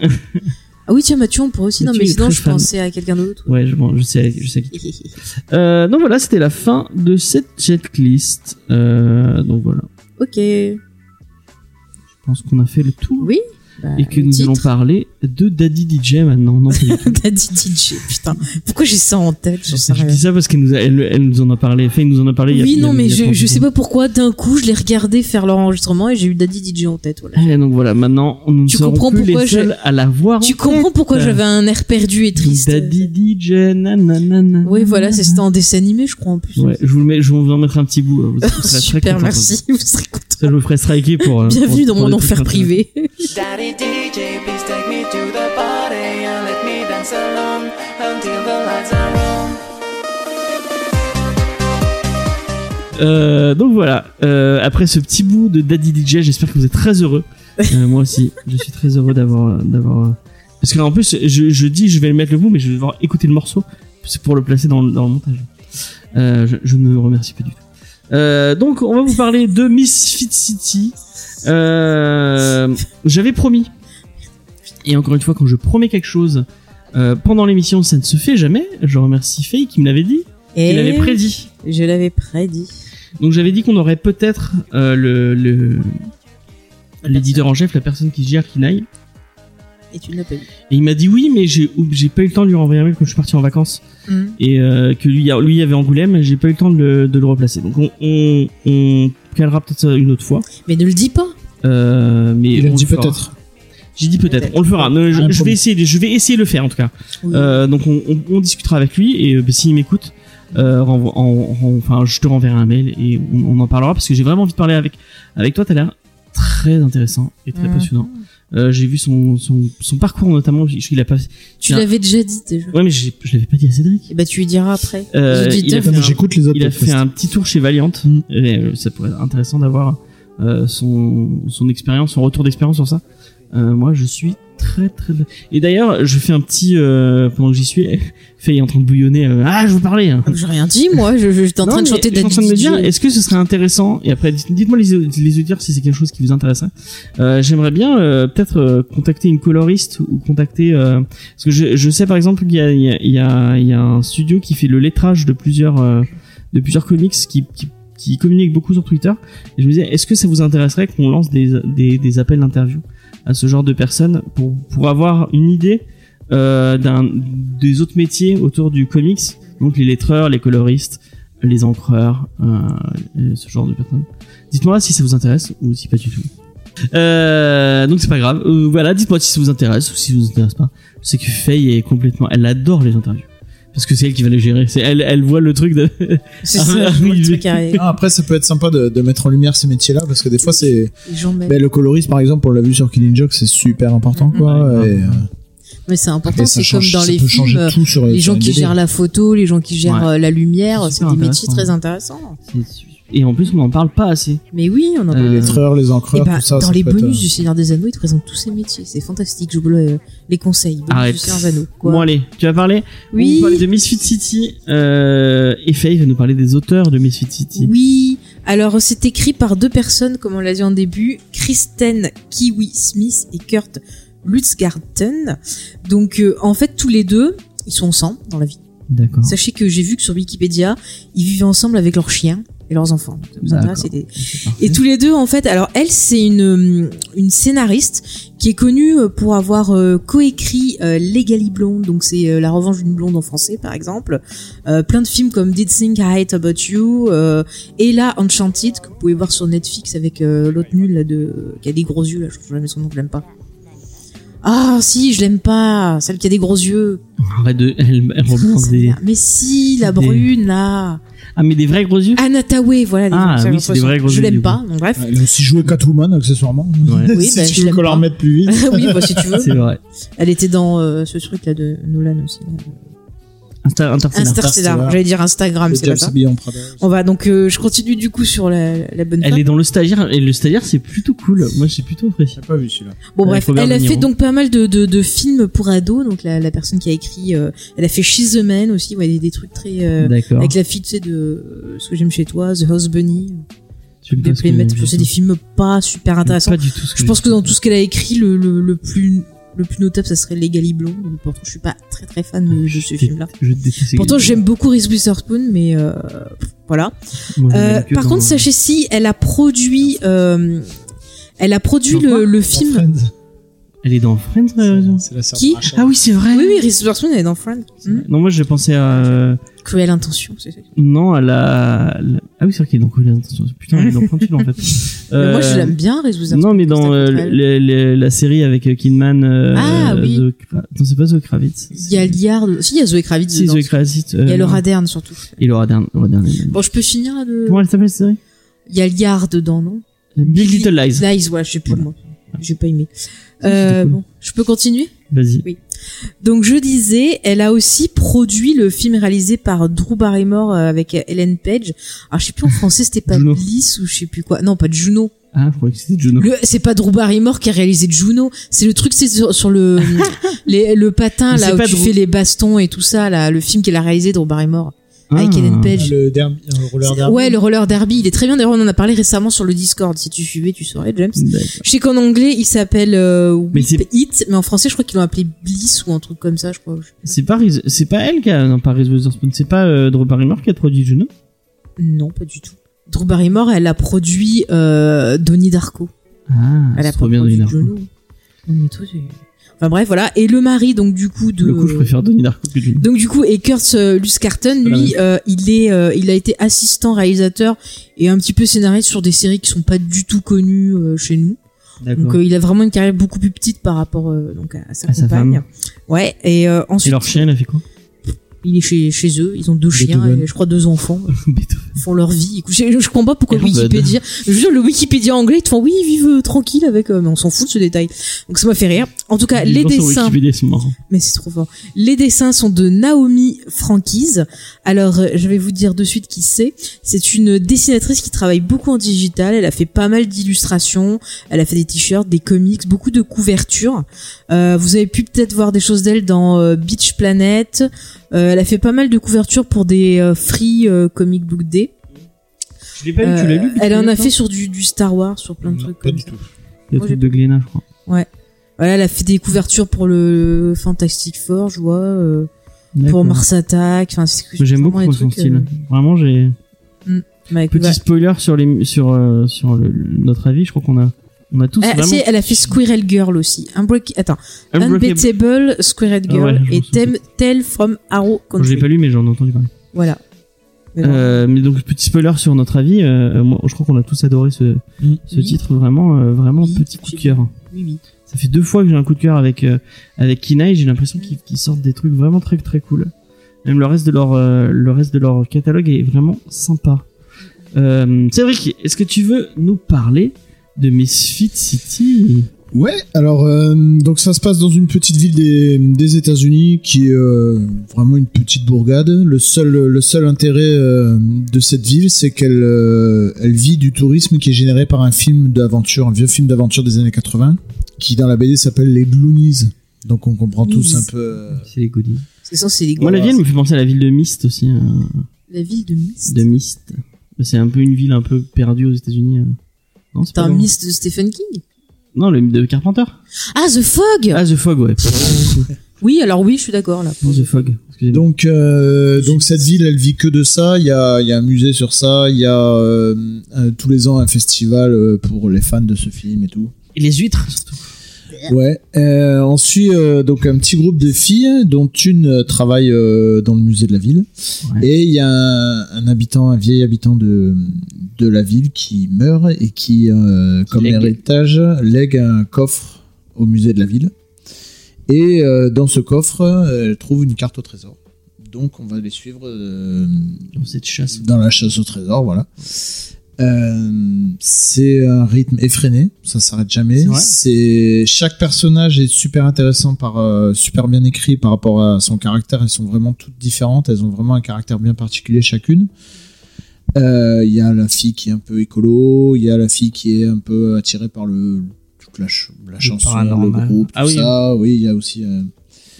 C: Ah oui, tiens, Mathieu, on pourrait aussi. non,
B: Mathieu
C: mais
B: est
C: sinon,
B: très
C: je
B: fan.
C: pensais à quelqu'un d'autre.
B: Ouais, je, bon, je sais, je sais qui. Euh, donc voilà, c'était la fin de cette checklist. Euh, donc voilà,
C: ok.
B: je pense qu'on a fait le tour
C: Oui. Bah,
B: et que
C: le
B: nous
C: titre.
B: allons parler de Daddy DJ maintenant. Non, plus.
C: T'as dit DJ, putain. Pourquoi j'ai ça en tête J'en sais
B: Je
C: rien.
B: dis ça parce qu'elle nous, a- elle, elle nous en a parlé. Enfin, il nous en a parlé il y a
C: Oui,
B: il y a-
C: non, mais
B: il y a
C: je,
B: 30
C: je sais
B: secondes.
C: pas pourquoi, d'un coup, je l'ai regardé faire leur enregistrement et j'ai eu Daddy DJ en tête. Voilà.
B: Eh, donc voilà, maintenant, nous
C: Tu
B: ne serons
C: comprends
B: plus
C: pourquoi
B: les
C: je-
B: seuls à la voir.
C: Tu comprends pourquoi
B: euh,
C: j'avais un air perdu et triste
B: Daddy DJ, nanana.
C: Oui, voilà, c'est- c'était en dessin animé, je crois, en plus.
B: Ouais, je vous le mets, je vais vous en mettre un petit bout. euh, Vous, vous serez très
C: Super,
B: contents.
C: merci, vous serez contents.
B: Ça, je me ferai striker pour. euh,
C: Bienvenue
B: pour-
C: dans
B: pour
C: mon
B: des trucs
C: enfer
B: comme ça.
C: privé.
E: Daddy DJ, please take me to the party and let me dance alone until the lights are on.
B: Euh, donc voilà, euh, après ce petit bout de Daddy DJ, j'espère que vous êtes très heureux. Euh, moi aussi, je suis très heureux d'avoir. d'avoir euh, Parce que là, en plus, je, je dis, je vais le mettre le bout, mais je vais devoir écouter le morceau. C'est pour le placer dans, le- dans le montage. Euh, je, je ne me remercie pas du tout. Euh, donc, on va vous parler de Misfit City. Euh, J'avais promis. Et encore une fois, quand je promets quelque chose euh, pendant l'émission, ça ne se fait jamais. Je remercie Faye qui me l'avait dit, qui
C: Et
B: l'avait prédit.
C: Je l'avais prédit.
B: Donc j'avais dit qu'on aurait peut-être euh, le le- l'éditeur en chef, la personne qui gère Kinaï,
C: et tu ne l'as pas vu.
B: Et il m'a dit oui, mais j'ai ou- j'ai pas eu le temps de lui renvoyer un mail quand je suis parti en vacances et euh, que lui, lui avait Angoulême, j'ai pas eu le temps de le, de le replacer. Donc on, on, on calera peut-être ça une autre fois.
C: Mais ne le dis pas.
B: Euh, mais
D: Il a
B: on
D: dit
B: le fera.
D: peut-être.
B: J'ai dit peut-être.
C: Peut-être.
B: On le fera. Non, je,
D: Un
B: je vais
D: promis.
B: essayer. de- Je vais essayer de le faire en tout cas.
C: Oui.
B: Euh, donc on, on, on discutera avec lui et euh, bah, s'il m'écoute, euh, renvo- en- en- enfin je te renverrai un mail et on, on en parlera parce que j'ai vraiment envie de parler avec avec toi. T'as l'air très intéressant et très
C: Mhm.
B: passionnant. Euh, j'ai vu son, son son parcours notamment. Je- Il a pas.
C: Tu
B: tiens.
C: l'avais déjà dit déjà.
B: Ouais mais j'ai- je l'avais pas dit à Cédric.
C: Et bah tu lui diras après.
B: Euh,
C: Je dis,
B: il a
C: tiens,
B: fait
D: Non, mais
B: un-
D: J'écoute les autres.
B: Il a fait
D: podcasts.
B: un petit tour chez Valiant.
D: Mm.
B: Et, euh, ça pourrait être intéressant d'avoir euh, son, son expérience, son retour d'expérience sur ça. Euh, moi, je suis très très. Et d'ailleurs, je fais un petit euh, pendant que j'y suis. Faye est en train de bouillonner. euh, ah, je vous parlais. hein.
C: J'ai rien dit moi, je- je- j'étais en
B: Non,
C: train de
B: mais
C: chanter
B: je suis en train de me
C: Daddy
B: dire,
C: DJ.
B: est-ce que ce serait intéressant Et après, dites- dites-moi les, les auditeurs si c'est quelque chose qui vous intéresserait. Euh, J'aimerais bien euh, peut-être euh, contacter une coloriste ou contacter euh, parce que je, je sais par exemple qu'il y a, il y, a, il y, a, il y a un studio qui fait le lettrage de plusieurs euh, de plusieurs comics qui, qui qui communique beaucoup sur Twitter. Et je me disais, est-ce que ça vous intéresserait qu'on lance des, des, des appels d'interview à ce genre de personnes pour, pour avoir une idée euh, d'un, des autres métiers autour du comics, donc les lettreurs, les coloristes, les encreurs, euh, et ce genre de personnes. Dites-moi si ça vous intéresse ou si pas du tout. Euh, donc c'est pas grave. Euh, voilà, dites-moi si ça vous intéresse ou si ça vous intéresse pas. C'est que Faye est complètement, elle adore les interviews parce que c'est elle qui va les gérer. C'est elle, elle voit le truc de.
C: C'est
B: Ah,
C: ça, je
B: oui,
C: vois le
B: oui.
C: truc arriver.
D: Ah, après, ça peut être sympa de, de mettre en lumière ces métiers-là parce que des fois, c'est.
C: Les gens m'aiment.
D: Ben, le coloris, par exemple, on l'a vu sur Killing Joke, c'est super important, quoi.
B: Ouais,
D: et, euh,
C: Mais c'est important,
D: et ça
C: c'est comme
D: change-
C: dans
D: ça
C: les
D: peut
C: films,
D: changer
C: euh,
D: tout sur
C: les
D: sur
C: gens
D: une
C: qui
D: BD.
C: gèrent la photo, les gens qui gèrent
B: Ouais.
C: euh, la
B: C'est
C: lumière, c'est
B: super
C: des métiers
B: intéressant.
C: très intéressants.
B: Et en plus, on n'en parle pas assez.
C: Mais oui, on en
B: Euh,
D: Les lettreurs, les
C: Et
D: encreurs,
C: bah,
D: tout ça.
C: dans
D: ça
C: les
D: peut être,
C: bonus
D: euh,
C: du Seigneur des Anneaux, ils te présentent tous ces métiers. C'est fantastique. Je vous le- les conseille. Bonus
B: Arrête.
C: du Seigneur des Anneaux. Quoi.
B: Bon allez, tu vas parler. On
C: oui,
B: va parler de Misfit City. Euh, et Faye va nous parler des auteurs de Misfit City.
C: oui. Alors, c'est écrit par deux personnes, comme on l'a dit en début, Kristen Kiwi Smith et Kurt Lutzgarten. Donc, euh, en fait, tous les deux, ils sont ensemble dans la vie.
B: D'accord.
C: Sachez que j'ai vu que sur Wikipédia, ils vivaient ensemble avec leurs chiens et leurs enfants. Ça vous
B: D'accord.
C: intéresse, c'est des-
B: C'est parfait.
C: Et tous les deux, en fait, alors elle, c'est une, euh, une scénariste qui est connue euh, pour avoir euh, coécrit euh, Legally Blonde, donc c'est euh, La revanche d'une blonde en français, par exemple. Euh, plein de films comme Did Think I Hate About You, euh, Ella Enchanted, que vous pouvez voir sur Netflix avec euh, l'autre nul là, de, qui a des gros yeux, là, je trouve jamais son nom, je l'aime pas. Ah si, je l'aime pas, celle qui a des gros yeux.
B: Arrête de. Elle, elle rebalance des.
C: Mais si, la
B: des-
C: brune là.
B: Ah, mais des vrais gros yeux
C: Anataway, voilà. des-
B: Ah,
C: j'ai
B: oui, c'est des
C: l'impression.
B: vrais gros
C: Je
B: yeux, du
C: l'aime
B: coup.
C: pas, donc bref.
D: Elle a aussi joué Catwoman, accessoirement.
B: Ouais.
C: Oui,
D: si
C: ben, je
D: tu veux
C: l'aime
D: qu'on
C: pas.
D: leur mette plus vite.
C: oui, bah, si tu veux.
B: C'est vrai.
C: Elle était dans euh, ce truc là de Nolan aussi. là.
B: Insta Interstellar.
C: Interstellar. J'allais dire Instagram,
D: Le
C: Ah, c'est pas
D: James
C: ça.
D: Bond Prada.
C: On va donc, euh, je continue du coup sur la, la bonne
B: Elle
C: femme.
B: est dans le stagiaire et le stagiaire c'est plutôt cool. Moi j'ai plutôt apprécié.
D: J'ai pas vu celui-là.
C: Bon
B: Elle est
C: bref,
B: Robert
C: elle a
B: De Niro.
C: fait donc pas mal de, de, de films pour ados. Donc la, la personne qui a écrit, euh, elle a fait She's the Man aussi, ouais, des, des trucs très euh,
B: D'accord.
C: avec la fille tu sais de euh, ce que j'aime chez toi, The House Bunny,
B: Tu me
C: des
B: passes que-
C: Playmates. Enfin, C'est des films pas super intéressants.
B: Pas du tout. ce
C: Je pense
B: j'ai
C: que dans
B: dit.
C: tout ce qu'elle a écrit, le, le, le plus le plus notable, ça serait Legally Blonde. mais Pourtant, je suis pas très très fan de, de ce
B: Je
C: film-là.
B: dé- Je déteste.
C: Pourtant, j'aime beaucoup Reese Witherspoon, mais euh, voilà.
B: Moi, je
C: Euh,
B: l'aime que
C: par
B: dans-
C: contre, sachez si elle a produit, euh, elle a produit
B: Dans quoi
C: le, le film.
D: Friends.
B: Elle est dans Friends. euh,
D: C'est- C'est la sœur
C: Qui
D: de Rachel.
B: Ah oui c'est vrai. Mmh.
C: Oui, oui, Reese Witherspoon elle est dans Friends. Hmm.
B: Non moi j'ai pensé à. euh,
C: Cruel intention, c'est ça.
B: Non à la. la- Ah oui c'est vrai qu'elle est dans Cruel Intentions. Putain elle est dans plein de films, en fait.
C: Mais Moi,
B: Euh,
C: je l'aime bien, Reese Witherspoon.
B: Non, mais
C: c'est
B: dans
C: un
B: euh,
C: peu elle.
B: le- le- la série avec euh, Kidman. euh,
C: Ah, oui.
B: The Cra- Non, c'est pas The Kravitz.
C: il y a Liard, si il y a Zoé Kravitz,
B: C'est
C: dedans.
B: The Kravitz. euh,
C: il y a Laura Dern surtout.
B: Et Laura Dern. Laura Dern elle-même.
C: Bon, je peux finir là de.
B: Comment elle s'appelle cette série
C: Il y a Liard dedans, non
B: Big Little Lies.
C: Lies, ouais, je sais plus
B: Voilà.
C: moi. J'ai pas aimé. Euh,
B: cool.
C: bon, je peux continuer
B: Vas-y.
C: Donc je disais, elle a aussi produit le film réalisé par Drew Barrymore euh, avec Ellen Page. Alors je sais plus en français, c'était pas
B: Juno.
C: Bliss ou je sais plus quoi. Non, pas Juno.
B: Ah, je croyais que c'était Juno.
C: Le- C'est pas Drew Barrymore qui a réalisé Juno. C'est le truc, c'est sur, sur le les- le patin
B: Mais c'est
C: là où
B: pas
C: tu
B: Drew.
C: fais les bastons et tout ça là. Le film qu'elle a réalisé Drew Barrymore avec
B: Ah.
C: Ellen Page.
D: Le derby, le roller
C: C'est-
D: derby.
C: Ouais, le roller derby, il est très bien. D'ailleurs, on en a parlé récemment sur le Discord. Si tu suivais, tu saurais, James.
B: D'accord.
C: Je sais qu'en anglais, il s'appelle euh,
B: Mais
C: Whip It, mais en français, je crois qu'ils l'ont appelé Bliss ou un truc comme ça, je crois.
B: C'est pas, Reese- c'est pas elle qui a. Non, pas Reese Witherspoon. C'est pas euh, Drew Barrymore qui a produit Juno.
C: Non, pas du tout. Drew Barrymore, elle a produit euh, Donnie Darko.
B: Ah,
C: Elle a
B: c'est trop
C: pas
B: bien
C: produit
B: Donnie Darko.
C: Juno. Non, mais toi, tu- Enfin bref, voilà. Et le mari, donc du coup de.
B: Le coup, je préfère Denis Darko que Jules.
C: Donc du coup, et Kurt euh, Luskarten, lui, euh, il est, euh, il a été assistant réalisateur et un petit peu scénariste sur des séries qui sont pas du tout connues euh, chez nous. Donc
B: D'accord.
C: euh, il a vraiment une carrière beaucoup plus petite par rapport euh, donc à, à sa
B: À sa
C: compagne.
B: femme.
C: ouais. Et euh,
B: Et
C: ensuite,
B: leur chien, il a fait quoi
C: il est chez, chez eux. Ils ont deux chiens
D: Beethoven.
C: et je crois deux enfants.
B: Beethoven.
C: Ils font leur vie. Écoute, je, je comprends pas pourquoi le
B: Air Bud.
C: Wikipédia. Je veux dire, le Wikipédia anglais, ils te font oui, ils vivent euh, tranquille avec. eux, mais on s'en fout de ce détail. Donc ça m'a fait rire. En tout cas, les,
B: gens sur
C: dessins.
B: Wikipédia sont marrants.
C: Mais c'est trop fort. Les dessins sont de Naomi Franquise. Alors, euh, je vais vous dire de suite qui c'est. C'est une dessinatrice qui travaille beaucoup en digital. Elle a fait pas mal d'illustrations. Elle a fait des t-shirts, des comics, beaucoup de couvertures. Euh, vous avez pu peut-être voir des choses d'elle dans euh, Beach Planet. Euh, elle a fait pas mal de couvertures pour des euh, free euh, comic book day.
B: Je l'ai pas vu, tu l'as
C: Euh,
B: lu depuis
C: elle en a
B: longtemps
C: fait sur du, du Star Wars, sur plein de trucs.
D: Pas
C: comme
D: du
C: ça.
D: tout.
B: Les
C: Moi, j'ai-
B: trucs de Glénat, je crois.
C: Voilà, elle a fait des couvertures pour le Fantastic Four, je vois. euh, pour
B: D'accord.
C: Mars Attack. Enfin, c'est
B: Mais J'aime
C: vraiment
B: beaucoup
C: les
B: son
C: trucs,
B: style.
C: euh,
B: Vraiment, j'ai.
C: Mike
B: Petit
C: Watt.
B: spoiler sur les sur euh, sur le- le- notre avis, je crois qu'on a on a tous
C: Ah,
B: vraiment. Ah,
C: si, elle a fait Squirrel Girl aussi. Un Attends,
B: Unbreakable.
C: Unbeatable, Squirrel Girl
B: Ah ouais, je
C: et
B: m'en souviens.
C: Tem- Tale from Arrow
B: Je
C: Country.
B: l'ai pas lu, mais j'en ai entendu parler.
C: Voilà. Mais bon.
B: Euh, mais donc petit spoiler sur notre avis, euh, moi, je crois qu'on a tous adoré ce,
D: Mm.
B: ce
C: Oui.
B: titre vraiment euh, vraiment
C: Oui,
B: petit coup de
C: j'ai-
B: cœur.
C: Oui, oui.
B: Ça fait deux fois que j'ai un coup de cœur avec euh, avec Kina et j'ai l'impression qu'ils qu'ils sortent des trucs vraiment très très cool. Même le reste de leur euh, le reste de leur catalogue est vraiment sympa. Euh, Cédric, est-ce que tu veux nous parler de Misfit City
D: Ouais, alors euh, donc ça se passe dans une petite ville des, des États-Unis qui est euh, vraiment une petite bourgade. Le seul le seul intérêt euh, de cette ville, c'est qu'elle euh, elle vit du tourisme qui est généré par un film d'aventure, un vieux film d'aventure des années 80 qui dans la BD s'appelle Les Gloonies. Donc on comprend tous un peu euh,
B: C'est les goodies.
C: Parce que sinon, c'est les
B: Moi, la
D: Voilà,
B: ville elle me fait penser à la ville de Mist aussi. euh,
C: La ville de Mist.
B: de Mist. C'est un peu une ville un peu perdue aux États-Unis. euh. Non, c'est
C: T'as
B: pas
C: un
B: loin.
C: Mist de Stephen King
B: Non, le de Carpenter.
C: Ah, The Fog
B: Ah, The Fog, ouais.
C: Oui, alors oui, je suis d'accord là.
B: Non, The Fog. Excusez-moi.
D: Donc, euh, donc cette ville, elle vit que de ça. Il y a, il y a un musée sur ça. Il y a euh, euh, tous les ans un festival euh, pour les fans de ce film et tout.
B: Et les huîtres, surtout.
D: Ouais. Euh, on suit euh, donc un petit groupe de filles dont une euh, travaille euh, dans le musée de la ville.
B: Ouais.
D: Et il y a un, un habitant, un vieil habitant de, de la ville qui meurt et qui, euh, comme
B: lègue.
D: héritage, lègue un coffre au musée de la ville. Et euh, dans ce coffre, euh, elle trouve une carte au trésor. Donc on va les suivre euh,
B: Dans cette chasse.
D: dans la chasse au trésor, voilà. Euh, c'est un rythme effréné, ça s'arrête jamais.
B: C'est vrai
D: C'est chaque personnage est super intéressant par euh, super bien écrit par rapport à son caractère. Elles sont vraiment toutes différentes. Elles ont vraiment un caractère bien particulier chacune. Euh, Il y a la fille qui est un peu écolo, il y a la fille qui est un peu attirée par le toute la, ch- la chanson,
B: paranormal.
D: le groupe, tout
B: Ah oui.
D: ça. Oui, il y a aussi euh,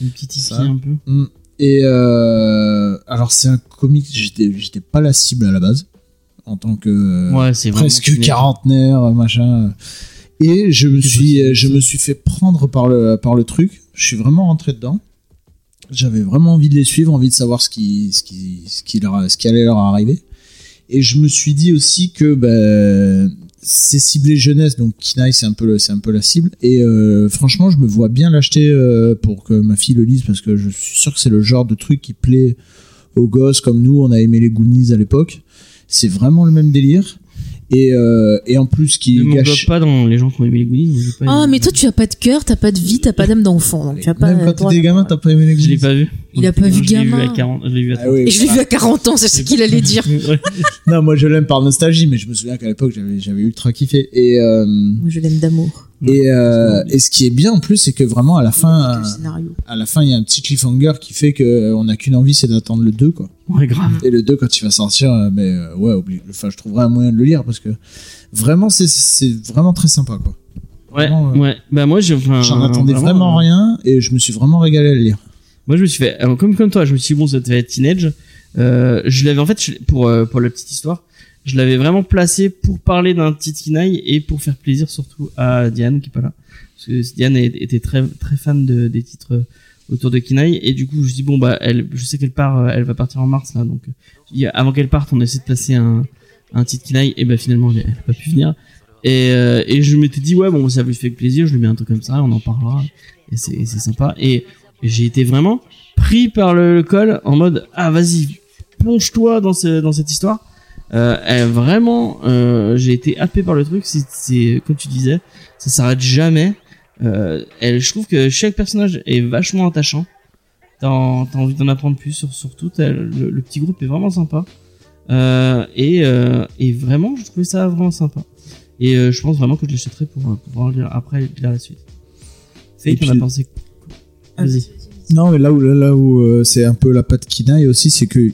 B: Une petite hippie
D: Ça.
B: un peu.
D: Mm. Et euh, alors c'est un comique, j'étais j'étais pas la cible à la base en tant que euh,
B: ouais, c'est vraiment
D: presque
B: tunnel.
D: quarantenaire machin. Et je me
B: C'est
D: suis
B: possible.
D: je me suis fait prendre par le par le truc. Je suis vraiment rentré dedans. J'avais vraiment envie de les suivre, envie de savoir ce qui ce qui ce qui leur ce qui allait leur arriver. Et je me suis dit aussi que ben, c'est ciblé jeunesse, donc Kinaï c'est un peu le- c'est un peu la cible. Et euh, franchement, je me vois bien l'acheter euh, pour que ma fille le lise parce que je suis sûr que c'est le genre de truc qui plaît aux gosses comme nous. On a aimé les Goonies à l'époque. C'est vraiment le même délire. Et, euh, et en plus, qui
B: Ne m'en
D: gâche.
B: bloque pas dans les gens qui ont aimé les goodies. donc j'ai pas
C: Ah,
B: aimé.
C: mais toi, tu as pas de cœur, t'as pas de vie, t'as pas d'âme d'enfant. Donc, tu as pas euh,
D: Même quand
C: droit
D: t'étais
C: à-
D: gamin, t'as pas aimé les
B: Je l'ai
D: Goonies.
B: pas vu.
C: Il a pas vu
B: Je l'ai vu
C: gamin.
B: à 40. Je l'ai vu à
D: Ah oui.
C: Et je l'ai vu à 40 ans, c'est ce qu'il allait dire.
B: 30. Ouais.
D: Non, moi je l'aime par nostalgie, mais je me souviens qu'à l'époque j'avais j'avais ultra kiffé. Et euh,
C: Moi, je l'aime d'amour.
D: et, euh, et ce qui est bien en plus, c'est que vraiment à la fin,
C: Le scénario.
D: à la fin, il y a un petit cliffhanger qui fait que euh, on n'a qu'une envie, c'est d'attendre le 2 quoi.
B: Ouais, grave.
D: Et le 2 quand il va sortir, euh, mais euh, ouais, oublie. Enfin, je trouverai un moyen de le lire parce que vraiment, c'est- c'est vraiment très sympa quoi.
B: Ouais,
D: Vraiment, euh,
B: ouais. Bah, moi, je. enfin,
D: J'en attendais vraiment
B: euh,
D: rien et je me suis vraiment régalé à le lire.
B: Moi, je me suis fait, alors, comme, comme toi, je me suis dit, bon, ça devait être teenage. Euh, je l'avais, en fait, je- pour, euh, pour la petite histoire, je l'avais vraiment placé pour parler d'un petit Kinaï et pour faire plaisir surtout à Diane, qui est pas là. Parce que Diane est- était très, très fan de, des titres euh, autour de Kinaï. Et du coup, je me suis dit, bon, bah, elle, je sais qu'elle part, euh, elle va partir en mars, là. Donc, euh, il y a- avant qu'elle parte, on essaie de placer un, un titre Kinaï. Et bah, finalement, elle a pas pu venir. Et, euh, et je m'étais dit, ouais, bon, ça lui fait plaisir, je lui mets un truc comme ça, on en parlera. Et c'est et c'est sympa. Et j'ai été vraiment pris par le, le col en mode, ah, vas-y, plonge-toi dans, ce, dans cette histoire. Euh, elle- vraiment, euh, j'ai été happé par le truc. C'est- C'est, comme tu disais, ça s'arrête jamais. Euh, elle, je trouve que chaque personnage est vachement attachant. T'as en- t'as envie d'en apprendre plus sur, sur tout. Elle- le, le petit groupe est vraiment sympa. Euh, et, euh, et vraiment, je trouvais ça vraiment sympa. Et euh, je pense vraiment que je l'achèterai pour euh, pouvoir lire après lire la suite.
D: Et
B: C'est qu'on a
D: puis-
B: pensé.
C: Ah,
B: euh, Vas-y.
D: Non, mais là où, là où euh, c'est un peu la patte Kinaï aussi, c'est que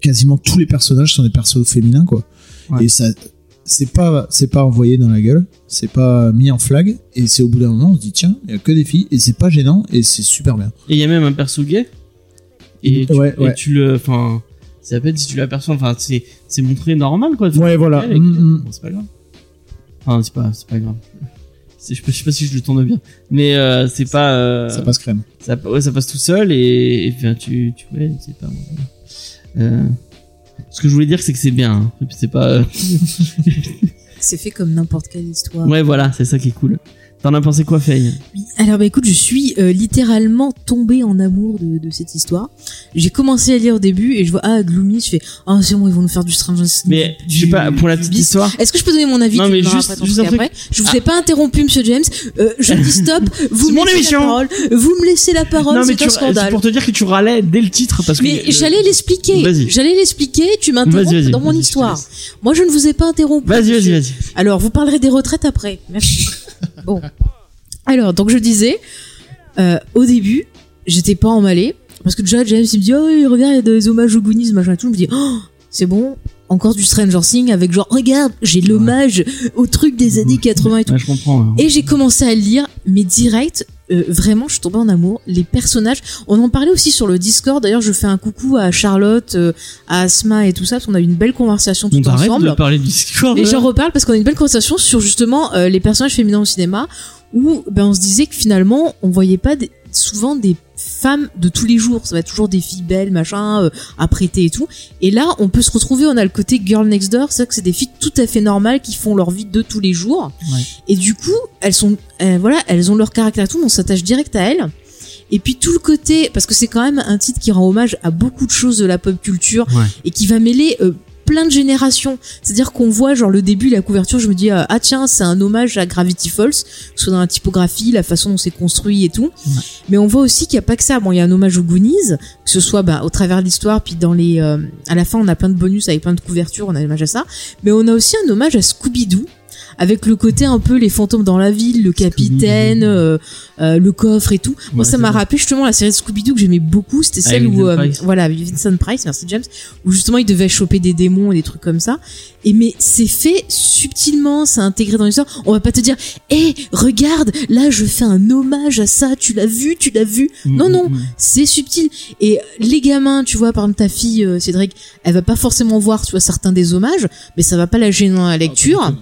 D: quasiment tous les personnages sont des persos féminins, quoi.
B: Ouais.
D: Et ça, c'est pas, c'est pas envoyé dans la gueule, c'est pas mis en flag, et c'est au bout d'un moment, on se dit, tiens, il y a que des filles, et c'est pas gênant, et c'est super bien.
B: Et il y a même un perso gay. Et tu,
D: Ouais,
B: et
D: ouais.
B: tu le. Enfin, ça peut être si tu l'aperçois. Enfin, c'est c'est montré normal quoi.
D: Ouais, voilà.
B: Avec-
D: Mm, mm.
B: bon, c'est pas grave. Enfin, c'est pas, c'est pas grave. C'est- Je, sais pas- je sais pas si je le tourne bien, mais euh, c'est pas, euh,
D: Ça passe crème.
B: ça, ouais, ça passe tout seul et, et enfin, tu, tu ouais, c'est pas. Euh, ce que je voulais dire, c'est que c'est bien. hein. Et puis C'est pas. euh,
C: C'est fait comme n'importe quelle
D: Ah.
C: histoire.
B: Ouais, voilà, c'est ça qui est cool. T'en as pensé quoi, Faye
C: Oui. Alors bah écoute, je suis euh, littéralement tombée en amour de, de cette histoire. J'ai commencé à lire au début et je vois ah Gloomy, je fais ah c'est bon ils vont nous faire du Stranger Things.
B: Mais
C: du-
B: je sais pas, pour la petite
C: du bis.
B: histoire.
C: Est-ce que je peux donner mon avis
B: Non,
C: tu
B: mais
C: me diras
B: juste-
C: après ton
B: juste
C: truc
B: un truc.
C: après Je vous
B: Ah.
C: ai pas interrompu Monsieur James. Euh, je dis stop. vous
B: C'est
C: me
B: mon
C: laissez
B: émission.
C: la parole. Vous me laissez la parole.
B: non, mais
C: C'est
B: tu- euh,
C: un
B: c'est
C: scandale.
B: pour te dire que tu râlais dès le titre parce que.
C: Mais
B: le-
C: j'allais l'expliquer.
B: Vas-y.
C: J'allais l'expliquer. Tu
B: Vas-y,
C: m'interromps
B: vas-y,
C: dans mon
B: vas-y, je te
C: histoire.
B: laisse.
C: Moi je ne vous ai pas interrompu.
B: Vas-y, vas-y,
C: monsieur.
B: vas-y.
C: Alors, vous parlerez des retraites après. Merci. bon. Alors, donc je disais, euh, au début, j'étais pas emballée. Parce que déjà, James, il me dit, oh, oui, regarde, il y a des hommages au Goonies, machin et tout. Je me dis, oh, c'est bon, encore du Stranger Things avec genre, regarde, j'ai l'hommage au truc des années 80 et tout.
B: Ouais, je comprends. hein.
C: Et j'ai commencé à le lire, mais direct, euh, vraiment, je suis tombée en amour. Les personnages, on en parlait aussi sur le Discord. D'ailleurs, je fais un coucou à Charlotte, euh, à Asma et tout ça, parce qu'on a eu une belle conversation
B: On
C: tout
B: t'arrête
C: ensemble.
B: de parler du Discord.
C: Et
B: là.
C: j'en reparle parce qu'on a une belle conversation sur justement euh, les personnages féminins au cinéma où ben, on se disait que finalement on voyait pas des- souvent des femmes de tous les jours. Ça va être toujours des filles belles, machin, euh, apprêtées et tout. Et là, on peut se retrouver, on a le côté girl next door, c'est-à-dire que c'est des filles tout à fait normales qui font leur vie de tous les jours.
B: Ouais.
C: Et du coup, elles sont, euh, voilà, elles ont leur caractère et tout, mais on s'attache direct à elles. Et puis tout le côté, parce que c'est quand même un titre qui rend hommage à beaucoup de choses de la pop culture
B: Ouais.
C: et qui va mêler euh, plein de générations. C'est-à-dire qu'on voit genre le début, la couverture, je me dis euh, ah tiens c'est un hommage à Gravity Falls, que ce soit dans la typographie, la façon dont c'est construit et tout.
B: Ouais.
C: Mais on voit aussi qu'il n'y a pas que ça. Bon il y a un hommage aux Goonies, que ce soit bah, au travers de l'histoire, puis dans les euh, à la fin on a plein de bonus avec plein de couvertures, on a un hommage à ça. Mais on a aussi un hommage à Scooby Doo. Avec le côté un peu les fantômes dans la ville, le capitaine, euh, euh, le coffre et tout. Moi,
B: Ouais,
C: ça
B: c'est
C: m'a
B: vrai.
C: rappelé justement la série de Scooby-Doo que j'aimais beaucoup. C'était
B: Avec
C: celle où,
B: Ah, Vincent
C: euh,
B: Price.
C: voilà, avec Vincent Price, merci James, où justement il devait choper des démons et des trucs comme ça. Et mais c'est fait subtilement, c'est intégré dans l'histoire. On va pas te dire, hé, regarde, là je fais un hommage à ça, tu l'as vu, tu l'as vu.
B: Mm,
C: Non,
B: mm,
C: non.
B: mm.
C: C'est subtil. Et les gamins, tu vois, par exemple ta fille, euh, Cédric, elle va pas forcément voir, tu vois, certains des hommages, mais ça va pas la gêner dans la lecture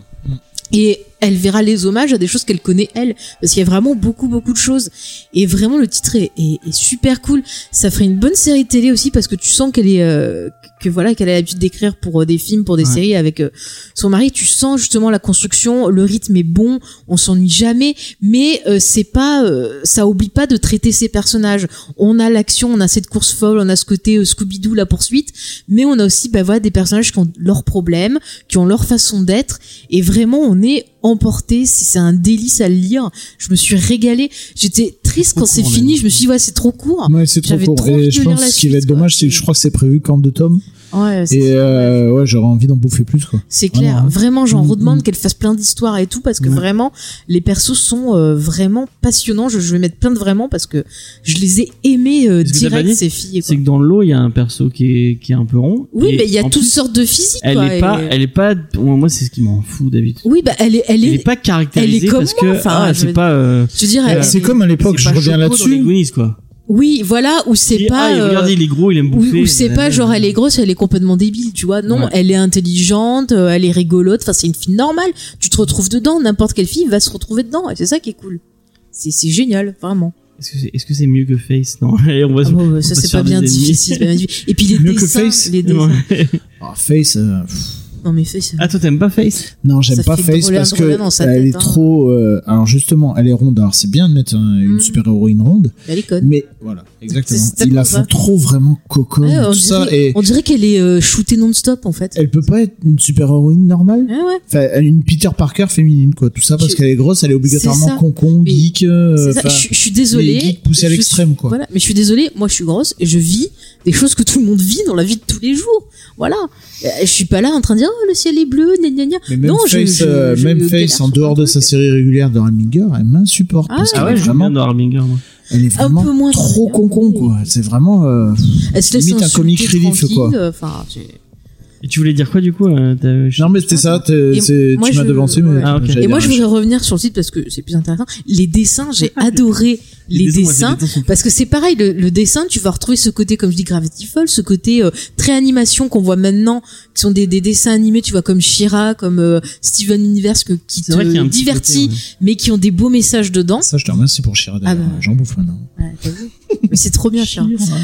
C: et elle verra les hommages à des choses qu'elle connaît elle parce qu'il y a vraiment beaucoup beaucoup de choses et vraiment le titre est, est- est super cool ça ferait une bonne série de télé aussi parce que tu sens qu'elle est euh, que voilà qu'elle a l'habitude d'écrire pour euh, des films pour des
B: Ouais.
C: séries avec euh, son mari tu sens justement la construction le rythme est bon on s'ennuie jamais mais euh, c'est pas euh, ça oublie pas de traiter ses personnages on a l'action on a cette course folle on a ce côté euh, Scooby Doo la poursuite mais on a aussi bah voilà des personnages qui ont leurs problèmes qui ont leur façon d'être et vraiment on est emporté c'est c'est un délice à le lire je me suis régalée j'étais triste
B: trop
C: quand c'est
B: court,
C: fini
B: même.
C: je me suis dit ouais c'est trop court
D: Ouais, c'est trop
C: Ah, J'avais
D: court.
C: trop envie
D: Et
C: de
D: je
C: lire
D: pense
C: la
D: ce qui va
C: suite,
D: être dommage,
C: quoi.
D: c'est que je crois que c'est prévu qu'en deux tomes.
C: ouais, c'est-
D: Et euh, ouais, j'aurais envie d'en bouffer plus, quoi.
C: C'est clair,
D: Vraiment, hein.
C: vraiment, j'en
D: Mm,
C: redemande
D: mm.
C: qu'elle fasse plein d'histoires et tout parce que
D: Ouais.
C: vraiment, les persos sont euh, vraiment passionnants. Je, je vais mettre plein de vraiment parce que je les ai aimés euh,
B: Est-ce que t'as pas
C: direct
B: dit
C: ces filles. quoi.
B: C'est que dans l'eau, il y a un perso qui est, qui est un peu rond.
C: Oui,
B: Et
C: mais il y a
B: en
C: toutes
B: plus,
C: sortes de physiques.
B: Elle
C: quoi,
B: est
C: et-
B: pas, elle est pas. Moi, moi, c'est ce qui m'en fout d'habitude.
C: Oui, bah elle est, elle
B: Elle
C: est.
B: est pas caractérisée
C: elle est comme
B: parce
C: moi,
B: que
C: enfin,
B: ah,
C: je
B: c'est
C: veux
B: pas. euh,
C: Je veux dire,
B: Euh,
C: elle-
D: C'est comme à l'époque,
B: c'est
D: je
B: pas
D: reviens
B: Choco dans les
D: là-dessus.
B: Goonies, quoi.
C: Oui, voilà, où c'est
B: Qui-
C: pas.
B: ah,
C: euh,
B: regardez, il est gros, il aime
C: Ou,
B: bouffer.
C: ou c'est pas genre elle est grosse, elle est complètement débile, tu vois. Non,
B: Ouais.
C: elle est intelligente, euh, elle est rigolote. Enfin, c'est une fille normale. Tu te retrouves dedans. N'importe quelle fille va se retrouver dedans. Et c'est ça qui est cool. C'est c'est génial, vraiment.
B: Est-ce que c'est est-ce que c'est mieux que Face Non. Allez, on va
C: Ah
B: se.
C: bon,
B: on
C: ça
B: va se
C: c'est
B: faire
C: pas bien
B: des
C: dit.
B: ennemis.
C: c'est pas bien dit. Et puis les
D: Mieux que
C: dessins,
D: Face
C: les dessins.
B: Ouais.
D: Ah, Face, euh, pff,
C: Non, mais fais ça.
B: Ah, toi, t'aimes pas Face
D: Non, j'aime
C: Ça
D: pas
C: fait
D: Face
C: drôler un
D: parce
C: drôle
D: que
C: dans sa
D: elle
C: tête,
D: est
C: hein.
D: trop. euh, alors justement, elle est ronde. Alors c'est bien de mettre un- une
C: Mm.
D: super héroïne ronde,
C: Elle est conne.
D: mais voilà, exactement.
C: c'est
D: Ils la
C: tellement ça.
D: font trop vraiment coco
C: Ouais, on,
D: tout ça
C: dirait,
D: et
C: on dirait qu'elle est euh, shootée non-stop en fait.
D: elle peut pas être une super héroïne normale.
C: Ouais, ouais.
D: Enfin, elle est une Peter Parker féminine quoi. Tout ça parce
C: Je-
D: qu'elle est grosse, elle est
C: C'est ça.
D: obligatoirement concon,
C: Mais
D: geek. euh,
C: C'est ça,
D: enfin,
C: je, suis- je suis
D: les
C: désolée.
D: geeks poussés à
C: Je
D: l'extrême quoi.
C: Voilà, mais je suis désolée, moi je suis grosse et je vis des choses que tout le monde vit dans la vie de tous les jours. Voilà. Euh, Je suis pas là en train de dire oh le ciel est bleu, gna gna gna.
D: Mais même
C: Non, je-
D: Face,
C: je-
D: euh,
C: je
D: même
C: galère
D: Face
C: sur
D: en
C: plein
D: dehors
C: de
D: de sa
C: trucs.
D: série régulière dans Raminger, elle m'insupporte
C: Ah.
D: parce qu'elle
B: Ah ouais,
D: est
B: j'aime bien
D: vraiment,
B: dans Harbinger, moi.
D: elle est vraiment
C: peu moins
D: trop
C: dans Harbinger,
D: concon
C: oui.
D: quoi. C'est vraiment. euh,
C: Elle se laisse
D: Limite un
C: insulter
D: comic relief,
C: tranquille,
D: quoi.
C: euh, Enfin, c'est-
B: Et tu voulais dire quoi, du coup euh, t'as- je-
D: Non mais c'était ça, t'es-
C: Et
D: c'est-
C: moi,
D: tu m'as
C: je-
D: devancé mais
C: ouais.
B: Ah, ok.
D: j'allais
C: Et moi je
D: dire-
C: voudrais revenir sur le site parce que c'est plus intéressant. Les dessins, j'ai adoré les,
B: moi,
C: dessins.
B: c'est des dessins.
C: Parce que c'est pareil, le, le dessin, tu vas retrouver ce côté, comme je dis, Gravity Falls, ce côté euh, très animation qu'on voit maintenant, qui sont des, des dessins animés, tu vois, comme Shira, comme euh, Steven Universe, que, qui
B: C'est vrai qu'il y a
C: te
B: un petit
C: divertit,
B: côté, ouais.
C: mais qui ont des beaux messages dedans.
D: Ça je te remercie pour Shira d'ailleurs,
C: bah.
D: j'en bouffe maintenant.
C: Ouais, t'as vu mais c'est trop bien, Shira.
D: Shira.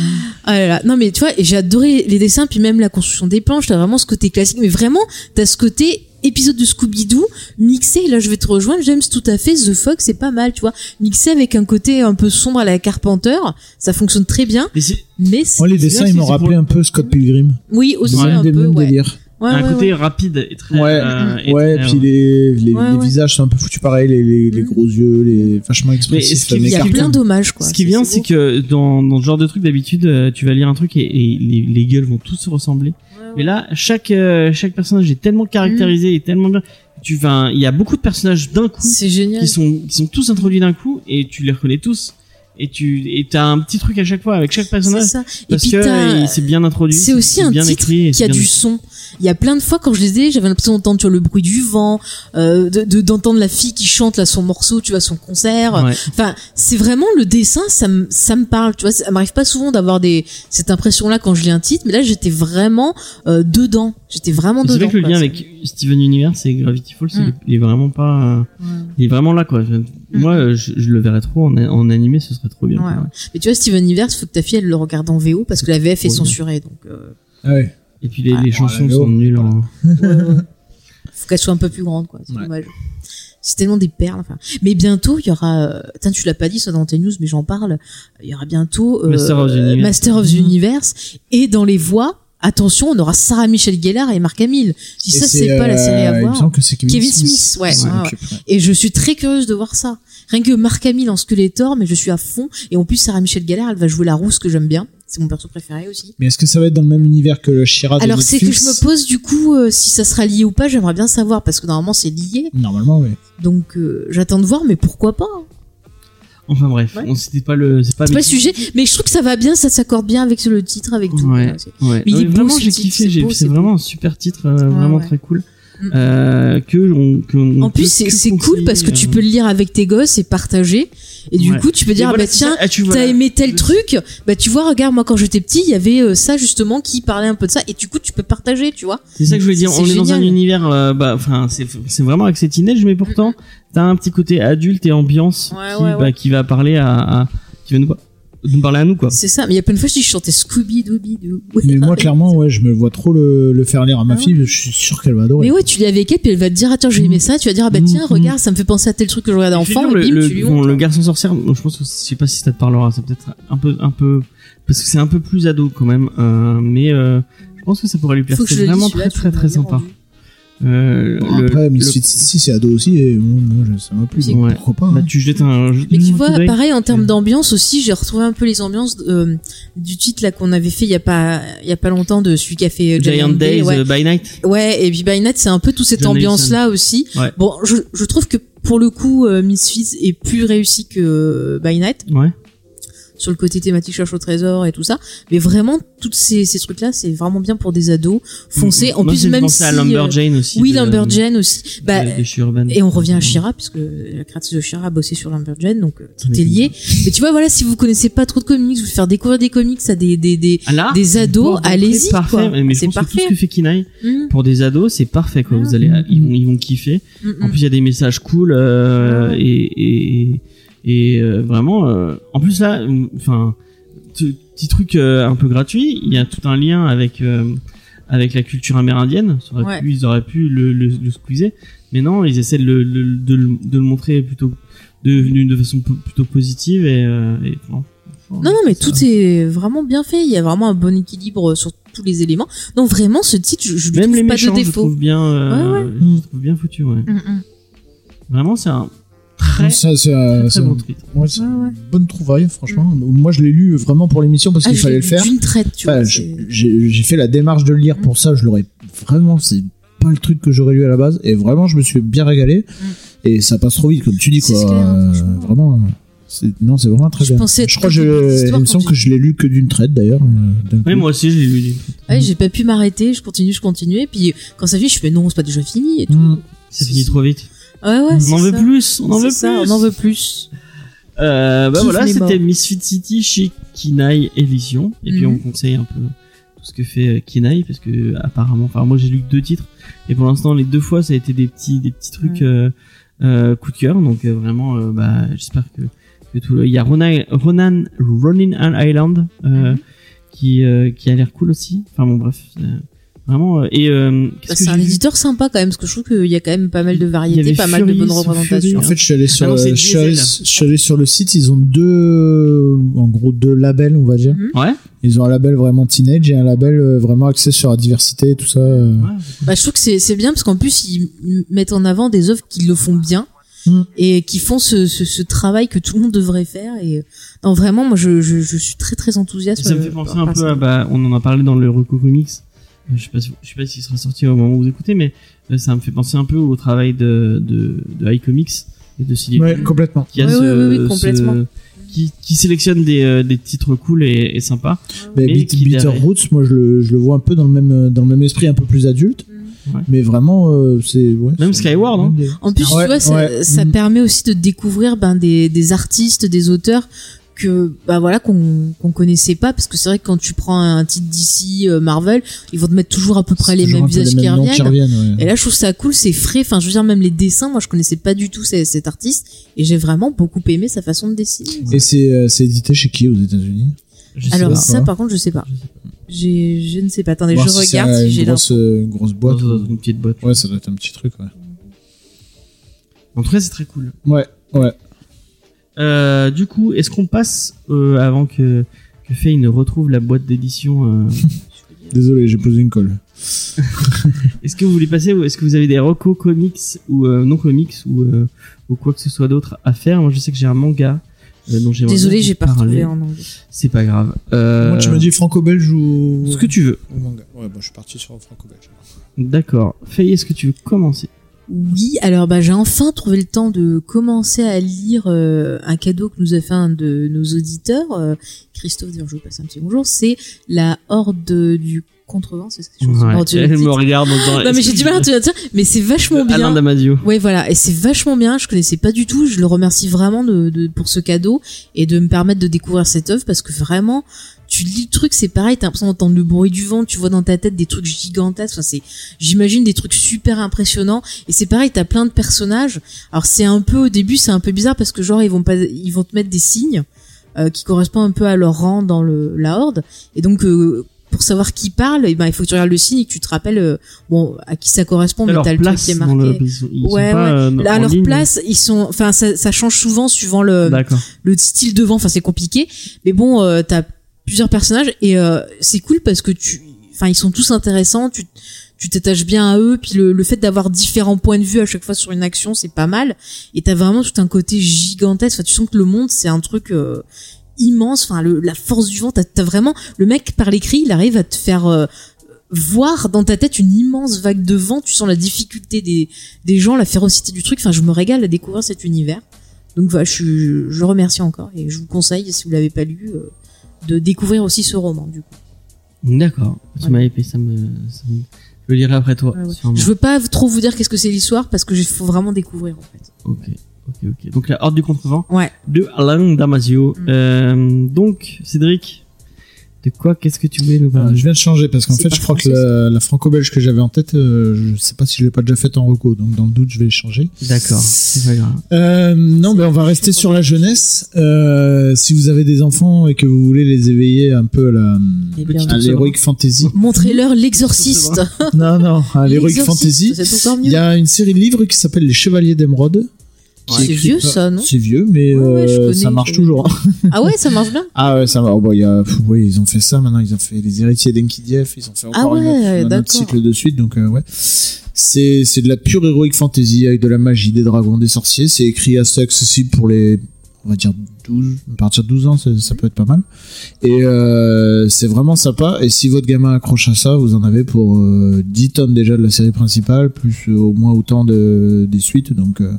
C: Ah là là. Non, mais tu vois, et j'ai adoré les dessins, puis même la construction des planches, t'as vraiment ce côté classique, mais vraiment, t'as ce côté épisode de Scooby-Doo mixé et là je vais te rejoindre James tout à fait The Fox c'est pas mal tu vois mixé avec un côté un peu sombre à la Carpenter ça fonctionne très bien
B: Mais c'est
C: mais c'est-
D: Moi Oh, les
B: C'est
D: dessins
B: bien,
D: ils
B: c'est-
D: m'ont
B: c'est
D: rappelé
B: pour-
D: un peu Scott Pilgrim.
C: oui aussi
D: Dans
B: Ouais,
D: le
C: un
D: même
C: peu ouais.
D: délire.
C: Ouais,
B: un
C: ouais,
B: côté
C: ouais.
B: rapide et très.
D: Ouais,
B: euh, et
D: ouais,
B: très,
D: puis les, les,
C: Ouais,
D: les
C: ouais.
D: visages sont un peu foutus pareil, les, les, les
C: Mm.
D: gros yeux, les vachement expressifs.
B: ce qui-
D: les
C: il y a
D: cartons.
C: plein d'hommages quoi
B: Ce qui est bien, c'est que dans, dans ce genre de truc, d'habitude, euh, tu vas lire un truc et, et les, les gueules vont tous se ressembler. Mais là, chaque, euh, chaque personnage est tellement caractérisé et tellement bien. Tu, 'fin, il y a beaucoup de personnages d'un coup
C: Mm. c'est génial
B: qui sont, qui sont tous introduits d'un coup et tu les reconnais tous. Et tu et as un petit truc à chaque fois avec chaque
C: c'est
B: personnage
C: ça et
B: parce
C: puis
B: que euh,
C: t'as
B: il s'est bien introduit.
C: c'est aussi un
B: bien
C: titre
B: écrit et
C: qui
B: c'est
C: a
B: bien
C: du son il y a plein de fois quand je les ai j'avais l'impression d'entendre tu vois, le bruit du vent euh, de de- d'entendre la fille qui chante là son morceau tu vois son concert
B: Ouais.
C: enfin c'est vraiment le dessin ça me ça me parle tu vois ça m'arrive pas souvent d'avoir des cette impression là quand je lis un titre mais là j'étais vraiment euh, dedans j'étais vraiment
B: C'est
C: dedans
B: vrai que le
C: quoi.
B: lien avec Steven Universe et Gravity Falls,
C: Mm.
B: il est vraiment pas, euh,
C: Ouais. Mm.
B: il est vraiment là quoi. Je- Moi, euh, je, je le verrais trop en, en animé, ce serait trop bien.
C: Ouais,
B: quoi.
C: ouais. Mais tu vois, Steven Universe, faut que ta fille elle le regarde en VO parce que la VF est
B: Trop Oh, bien.
C: censurée, donc euh,
D: Ah ouais.
B: Et puis les,
C: Ouais.
B: les
D: Oh,
B: chansons
D: la
B: sont hein.
D: Léo.
B: nulles. en-
C: faut qu'elle soit un peu plus grande, quoi. C'est
D: Ouais.
C: dommage. C'est tellement des perles. Enfin. Mais bientôt, il y aura. euh, Tiens, tu l'as pas dit, ça dans tes news, mais j'en parle. Il y aura bientôt euh,
B: Master of the Universe.
C: Master
D: Mmh.
C: of the Universe. et dans les voix. Attention, on aura Sarah Michelle Gellar et Marc Hamill. Si
D: Et
C: ça, c'est pas la
D: euh,
C: série à
D: il me
C: voir.
D: semble que c'est Kevin,
C: Kevin Smith, ouais,
D: qui s'en
C: ouais,
D: occupe, ouais.
C: Et je suis très curieuse de voir ça. Rien que Marc Hamill en Skeletor, mais je suis à fond. Et en plus, Sarah Michelle Gellar, elle va jouer la rousse que j'aime bien. C'est mon perso préféré aussi.
D: Mais est-ce que ça va être dans le même univers que le Shira Ah, de
C: Alors c'est que je
D: Netflix
C: me pose du coup euh, si ça sera lié ou pas, j'aimerais bien savoir parce que normalement c'est lié.
D: Normalement, oui.
C: Donc euh, j'attends de voir mais pourquoi pas. hein.
B: Enfin bref,
C: Ouais.
B: on c'était pas le, c'est pas,
C: C'est pas
B: mes-
C: le sujet mais je trouve que ça va bien, ça s'accorde bien avec le titre avec tout.
B: Ouais.
C: Voilà, c'est-
B: Ouais.
C: Mais il
B: Non,
C: est beau,
B: vraiment,
C: ce
B: j'ai
C: titre,
B: kiffé.
C: c'est
B: j'ai-
C: beau,
B: C'est
C: c'est
B: vraiment un super titre, euh, vraiment
C: ouais.
B: très cool.
C: Mm.
B: Euh, que on, que on
C: En
B: peut
C: plus c'est
B: que
C: c'est cool
B: conseiller,
C: parce que tu
B: euh.
C: peux le lire avec tes gosses et partager et du
B: Ouais.
C: coup tu peux
B: Et
C: dire ah
B: voilà,
C: bah
B: c'est ça.
C: tiens
B: Ah, tu
C: T'as
B: vois,
C: aimé tel
B: je-
C: truc, bah tu vois, regarde, moi quand j'étais petit, il y avait euh, ça justement qui parlait un peu de ça, et du coup tu peux partager, tu vois.
B: C'est ça que je voulais dire.
C: C'est
B: On est dans un
C: génial.
B: univers, euh, bah, enfin, c'est c'est vraiment axé teenage, mais pourtant, t'as un petit côté adulte et ambiance
C: Mm-hmm. Ouais,
B: qui,
C: ouais,
B: Bah,
C: ouais.
B: qui va parler à, à- qui va nous, nous parler à nous, quoi.
C: C'est ça, mais il y a plein de fois je dis je chantais Scooby Dooby Doo.
D: Mais moi, clairement, ouais, je me vois trop le, le faire lire à ma
C: euh, Ah ouais.
D: fille. Je suis sûr qu'elle va adorer.
C: Mais ouais, tu lis avec elle, puis elle va te dire, ah tiens, j'ai aimé ça, tu vas dire, ah bah tiens,
D: Mm,
C: regarde, ça me fait penser à tel truc que je regardais enfant,
B: le,
C: et bim,
B: le-
C: tu lui
B: bon,
C: montres. hein.
B: le garçon sorcière, bon, je pense que je sais pas si ça te parlera, c'est peut-être un peu, un peu, parce que c'est un peu plus ado quand même, euh, mais euh, je pense que ça pourrait lui plaire.
C: Faut que je
B: C'est
C: le lise,
B: vraiment
C: celui-là,
B: très
C: tu
B: très
C: m'as
B: très
C: bien
B: sympa.
C: rendu.
B: Euh,
D: Bon,
B: le-
D: Oh, après,
B: le-
D: Misfits, si c'est ado aussi, et moi, moi, je- ça m'a plu. donc
B: Ouais.
D: Pourquoi pas hein.
B: bah, tu jettes un. jettes
C: Mais tu
B: un
C: vois,
B: coup d'œil.
C: pareil, en termes
B: Ouais.
C: d'ambiance aussi, j'ai retrouvé un peu les ambiances euh, du titre là qu'on avait fait il y a pas, il y a pas longtemps de celui qui a fait euh,
B: Giant Days
C: ouais.
B: euh, by Night.
C: Ouais, et puis By Night, c'est un peu toute cette
B: John
C: ambiance là aussi.
B: Ouais.
C: Bon, je, je trouve que pour le coup, euh, Misfits est plus réussi que euh, By Night
B: Ouais.
C: sur le côté thématique cherche au trésor et tout ça. Mais vraiment, toutes ces, ces trucs là, c'est vraiment bien pour des ados foncés. En
B: Mmh, Moi,
C: plus,
B: j'ai
C: même
B: pensé
C: si
B: à
C: euh,
B: Lumberjane aussi.
C: Oui,
B: de-
C: Lumberjane aussi. Bah,
B: de- de chez Urban.
C: et on revient à Shira, puisque la créatrice de Shira a bossé sur Lumberjane, donc euh, tout
B: Oui.
C: est lié. Mais tu vois, voilà, si vous connaissez pas trop de comics, vous faire découvrir des comics à des, des, des,
B: Ah, Là,
C: des ados,
B: Bon, donc,
C: allez-y,
B: C'est parfait.
C: quoi.
B: Mais je
C: C'est
B: pense que tout
C: parfait.
B: ce que fait Kinaï
C: Mm,
B: pour des ados, c'est parfait. Quoi. Vous allez, ils vont, ils vont kiffer.
C: mm,
B: En
C: mm. Ah.
B: plus, il y a des messages cool euh,
C: Ouais.
B: et et, et euh, vraiment. euh, en plus là, enfin, t- petit truc euh, un peu gratuit. Il y a tout un lien avec. euh, avec la culture amérindienne. Ça aurait
C: Ouais.
B: pu- ils auraient pu le, le, le squeezer. Mais non, ils essaient de le, le- de, le- de le montrer plutôt de, d'une- de façon p- plutôt positive et, euh, et non.
C: Non, non, mais tout est vraiment bien fait. Il y a vraiment un bon équilibre euh, sur tous les éléments. Donc vraiment, ce titre, je, je lui
B: Même
C: trouve
B: les
C: pas
B: méchants,
C: de
B: je
C: défaut.
B: trouve bien, euh, je
C: Mmh.
D: Mm.
B: trouve bien foutu. Ouais.
C: Mm, mm.
B: Vraiment, c'est un très, très,
D: Ça, c'est, euh,
B: très
D: ça-
B: bon tweet.
D: ouais, c'est
C: Ouais, ouais. Mmh.
D: une bonne trouvaille, franchement. Moi, je l'ai lu vraiment pour l'émission parce
C: Ah,
D: qu'il
C: je
D: fallait
C: l'ai
D: le faire.
C: D'une traite, tu
D: Enfin,
C: vois.
D: je-
C: c'est- Mm.
D: J'ai j'ai fait la démarche de le lire pour ça. Je l'aurais vraiment. C'est pas le truc que j'aurais lu à la base. Et vraiment, je me suis bien régalé. Et ça passe trop vite, comme tu dis,
C: Mm. C'est
D: quoi.
C: clair,
D: Euh,
C: franchement.
D: vraiment. euh, c'est- Non, c'est vraiment très
C: Je
D: bien.
C: pensais être
D: je crois que
C: capable de
D: je,
C: l'histoire
D: il me
C: quand
D: semble
C: tu-
D: que je l'ai lu que d'une traite d'ailleurs. euh, d'un
B: Oui,
D: coup.
B: moi aussi, je l'ai lu.
C: Ouais, j'ai pas pu m'arrêter. Je continue, je continue. Et puis euh, quand ça finit, je fais non, c'est pas déjà fini. Et tout.
D: Mm.
B: Ça finit trop vite.
C: Ouais, ouais.
B: on en veut plus, on en veut plus.
C: On en veut plus.
B: Euh, bah
C: Kiff
B: voilà,
C: les
B: c'était
C: morts.
B: Misfit City chez Kinaï Édition. Et puis
C: Mhm.
B: on conseille un peu tout ce que fait euh, Kinaï parce que euh, apparemment, enfin moi j'ai lu que deux titres et pour l'instant les deux fois ça a été des petits des petits trucs euh, euh, coup de cœur. Donc euh, vraiment, euh, bah j'espère que que tout. le- Il y a Ronan Ronan Ronin Island euh,
C: Mhm.
B: qui euh, qui a l'air cool aussi. Enfin bon bref, euh, vraiment. euh, et euh, qu'est-ce
C: Bah,
B: que
C: c'est un
B: j'ai vu
C: éditeur sympa quand même, parce que je trouve qu'il y a quand même pas mal de
B: Il y
C: variétés,
B: avait
C: pas mal de
B: Furious
C: bonnes
B: ou
C: représentations.
D: En fait, je suis allé sur,
B: Ah non, c'est
D: je suis allé-
B: Diesel.
D: je suis allé sur le site. Ils ont deux, en gros, deux labels, on va
C: Mm.
D: dire.
B: Ouais.
D: Ils ont un label vraiment teenage et un label euh, vraiment axé sur la diversité et tout ça. euh.
B: ouais.
C: Bah, je trouve que c'est, c'est bien parce qu'en plus ils m- mettent en avant des œuvres qui le font bien
D: Mm.
C: et qui font ce, ce, ce travail que tout le monde devrait faire. Et non, vraiment, moi je, je, je suis très très enthousiaste.
B: Ça me
C: euh,
B: fait penser
C: par-
B: un
C: par
B: peu
C: ça.
B: à, bah, on en a parlé dans le Reco Comics. Euh, Je sais pas, si- je sais pas s'il sera sorti au moment où vous écoutez, mais euh, ça me fait penser un peu au travail de, de, de iComics et de Silly
D: Ouais, complètement.
B: qui a
C: Ouais,
B: ce-
C: ouais, ouais, ouais,
B: ce-
C: complètement.
B: qui, qui sélectionne des, euh, des titres cool et, et sympas.
D: Mais
B: Mais
D: Bit-
B: qui
D: Bitter
B: derrière-
D: Roots, moi, je le, je le vois un peu dans le même, euh, dans le même esprit, un peu plus adulte.
C: Mm.
B: Ouais.
D: Mais vraiment, euh, c'est. ouais,
B: Même
D: c'est-
B: Skyward, hein.
D: Ouais.
C: En plus,
D: Ouais,
C: tu vois, ça,
D: ouais.
C: ça
D: Mm.
C: permet aussi de découvrir ben, des, des artistes, des auteurs que bah voilà qu'on qu'on connaissait pas parce que c'est vrai que quand tu prends un titre d'ici euh, Marvel ils vont te mettre toujours à peu près
D: Mm. C'est
C: les
D: toujours
C: mêmes
D: un peu
C: visages qui
D: mêmes noms
C: reviennent
D: ouais.
C: Et là, je trouve ça cool, c'est frais. Enfin, je veux dire, même les dessins, moi, je connaissais pas du tout ce- cet artiste et j'ai vraiment beaucoup aimé sa façon de dessiner.
D: Et c'est euh, c'est édité chez qui aux États-Unis
B: Je sais
C: Alors,
B: pas. hein.
D: pas.
C: ça, par contre, je sais pas.
B: Je sais
C: J'ai- Je ne sais pas. Attendez,
D: Voir
C: je
D: si c'est
C: regarde si
D: une
C: j'ai l'info.
D: grosse, euh, une grosse boîte.
B: Dans
D: ou-
B: une petite boîte.
D: Ouais, ça doit être un petit truc, ouais.
B: En tout cas, c'est très cool.
D: Ouais, ouais.
B: Euh, du coup, est-ce qu'on passe euh, avant que, que Faye ne retrouve la boîte d'édition euh,
D: Désolé, j'ai posé une colle.
B: Est-ce que vous voulez passer ou est-ce que vous avez des recos comics ou euh, non comics ou, euh, ou quoi que ce soit d'autre à faire Moi, je sais que j'ai un manga euh, dont j'ai
C: Désolé, j'ai pas retrouvé hein. en anglais.
B: C'est pas grave. Euh,
D: Moi, tu m'as dit franco-belge ou.
B: ce que tu veux.
D: ou manga. Ouais, bon, je suis parti sur franco-belge.
B: D'accord. Faye, est-ce que tu veux commencer
C: Oui, alors bah j'ai enfin trouvé le temps de commencer à lire euh, un cadeau que nous a fait un de nos auditeurs, euh, Christophe. D'ailleurs, je vous passe un petit bonjour. C'est la Horde du Contrevent, c'est ça je pense.
B: Ouais.
C: Horde du-
B: Elle Ah me regarde en disant,
C: Non
B: est-ce
C: mais j'ai
B: que
C: du
B: tu
C: mal à
B: veux-
C: te dire, mais c'est vachement bien.
B: Alain Damasio.
C: Ouais, voilà, et c'est vachement bien. Je connaissais pas du tout. Je le remercie vraiment de, de- pour ce cadeau et de me permettre de découvrir cette œuvre parce que vraiment, tu lis le truc, c'est pareil. T'as l'impression d'entendre le bruit du vent. Tu vois dans ta tête des trucs gigantesques. Enfin, c'est, j'imagine des trucs super impressionnants. Et c'est pareil, t'as plein de personnages. Alors c'est un peu au début, c'est un peu bizarre parce que genre ils vont pas, ils vont te mettre des signes euh, qui correspondent un peu à leur rang dans le, la horde. Et donc euh, pour savoir qui parle, eh ben, il faut que tu regardes le signe et que tu te rappelles euh, bon à qui ça correspond, mais
B: Alors,
C: t'as le truc
B: place
C: qui est marqué.
B: dans le- ils sont- ils sont
C: Ouais,
B: pas, euh, en
C: Là, à leur
B: ligne.
C: place, euh, ils sont, enfin, ça, ça change souvent suivant le,
B: D'accord.
C: le style de vent. Enfin, c'est compliqué. Mais bon, euh, t'as plusieurs personnages et euh, c'est cool parce que tu, enfin, ils sont tous intéressants. Tu, tu t'attaches bien à eux. Puis le, le fait d'avoir différents points de vue à chaque fois sur une action, c'est pas mal. Et t'as vraiment tout un côté gigantesque. Enfin, tu sens que le monde, c'est un truc. euh, immense, enfin le- la force du vent, t'as t'as vraiment le mec par l'écrit, il arrive à te faire euh, voir dans ta tête une immense vague de vent. Tu sens la difficulté des des gens, la férocité du truc. Enfin, je me régale à découvrir cet univers. Donc voilà, je, suis- je remercie encore et je vous conseille, si vous l'avez pas lu, euh, de découvrir aussi ce roman. Du coup,
B: D'accord. Tu
C: Ouais.
B: m'as épais, ça me, ça me- Je le lirai après toi.
C: Ouais, ouais.
B: sûrement.
C: je veux pas trop vous dire qu'est-ce que c'est l'histoire parce que il faut vraiment découvrir en fait.
B: Ok, ok, ok. Donc la Horde du Contrevent
C: Ouais.
B: de Alain Damasio.
C: Mm.
B: Euh, donc, Cédric, De quoi Qu'est-ce que tu voulais nous
D: Euh,
B: parler
D: je viens de changer parce qu'en
C: C'est
D: fait,
C: pas
D: je crois que
C: français,
D: la, la franco-belge que j'avais en tête, euh, je sais pas si je l'ai pas déjà faite en reco, donc dans le doute, je vais changer.
B: D'accord, c'est pas grave.
D: Euh, non, mais on va rester sur la jeunesse. Euh, si vous avez des enfants et que vous voulez les éveiller un peu à la-
C: Eh bien,
D: à l'héroïque fantasy,
C: Montrez-leur l'exorciste.
D: non, non, à l'héroïque
C: L'exorciste,
D: fantasy,
C: C'est encore
D: il
C: mieux.
D: y a une série de livres qui s'appelle Les Chevaliers d'Émeraude. qui
C: C'est
D: est écrite
C: vieux,
D: par-
C: ça, non
D: C'est vieux, mais
C: Ouais, ouais, je
D: euh,
C: connais,
D: ça marche
C: je-
D: toujours.
C: Ah ouais, ça marche bien.
D: Ah ouais, ça va. Oh, bah, il y a- pff, ouais, ils ont fait ça maintenant. Ils ont fait les héritiers d'Enkidief. Ils ont fait
C: Ah
D: encore une
C: ouais,
D: autre- un autre
C: d'accord.
D: cycle de suite. Donc, euh, ouais. C'est, c'est de la pure heroic fantasy avec de la magie, des dragons, des sorciers. C'est écrit assez accessible pour les, on va dire 12, à partir de 12 ans, ça, ça peut être pas mal. Et, euh, c'est vraiment sympa. Et si votre gamin accroche à ça, vous en avez pour euh, 10 tomes déjà de la série principale, plus euh, au moins autant de, des suites. Donc, euh,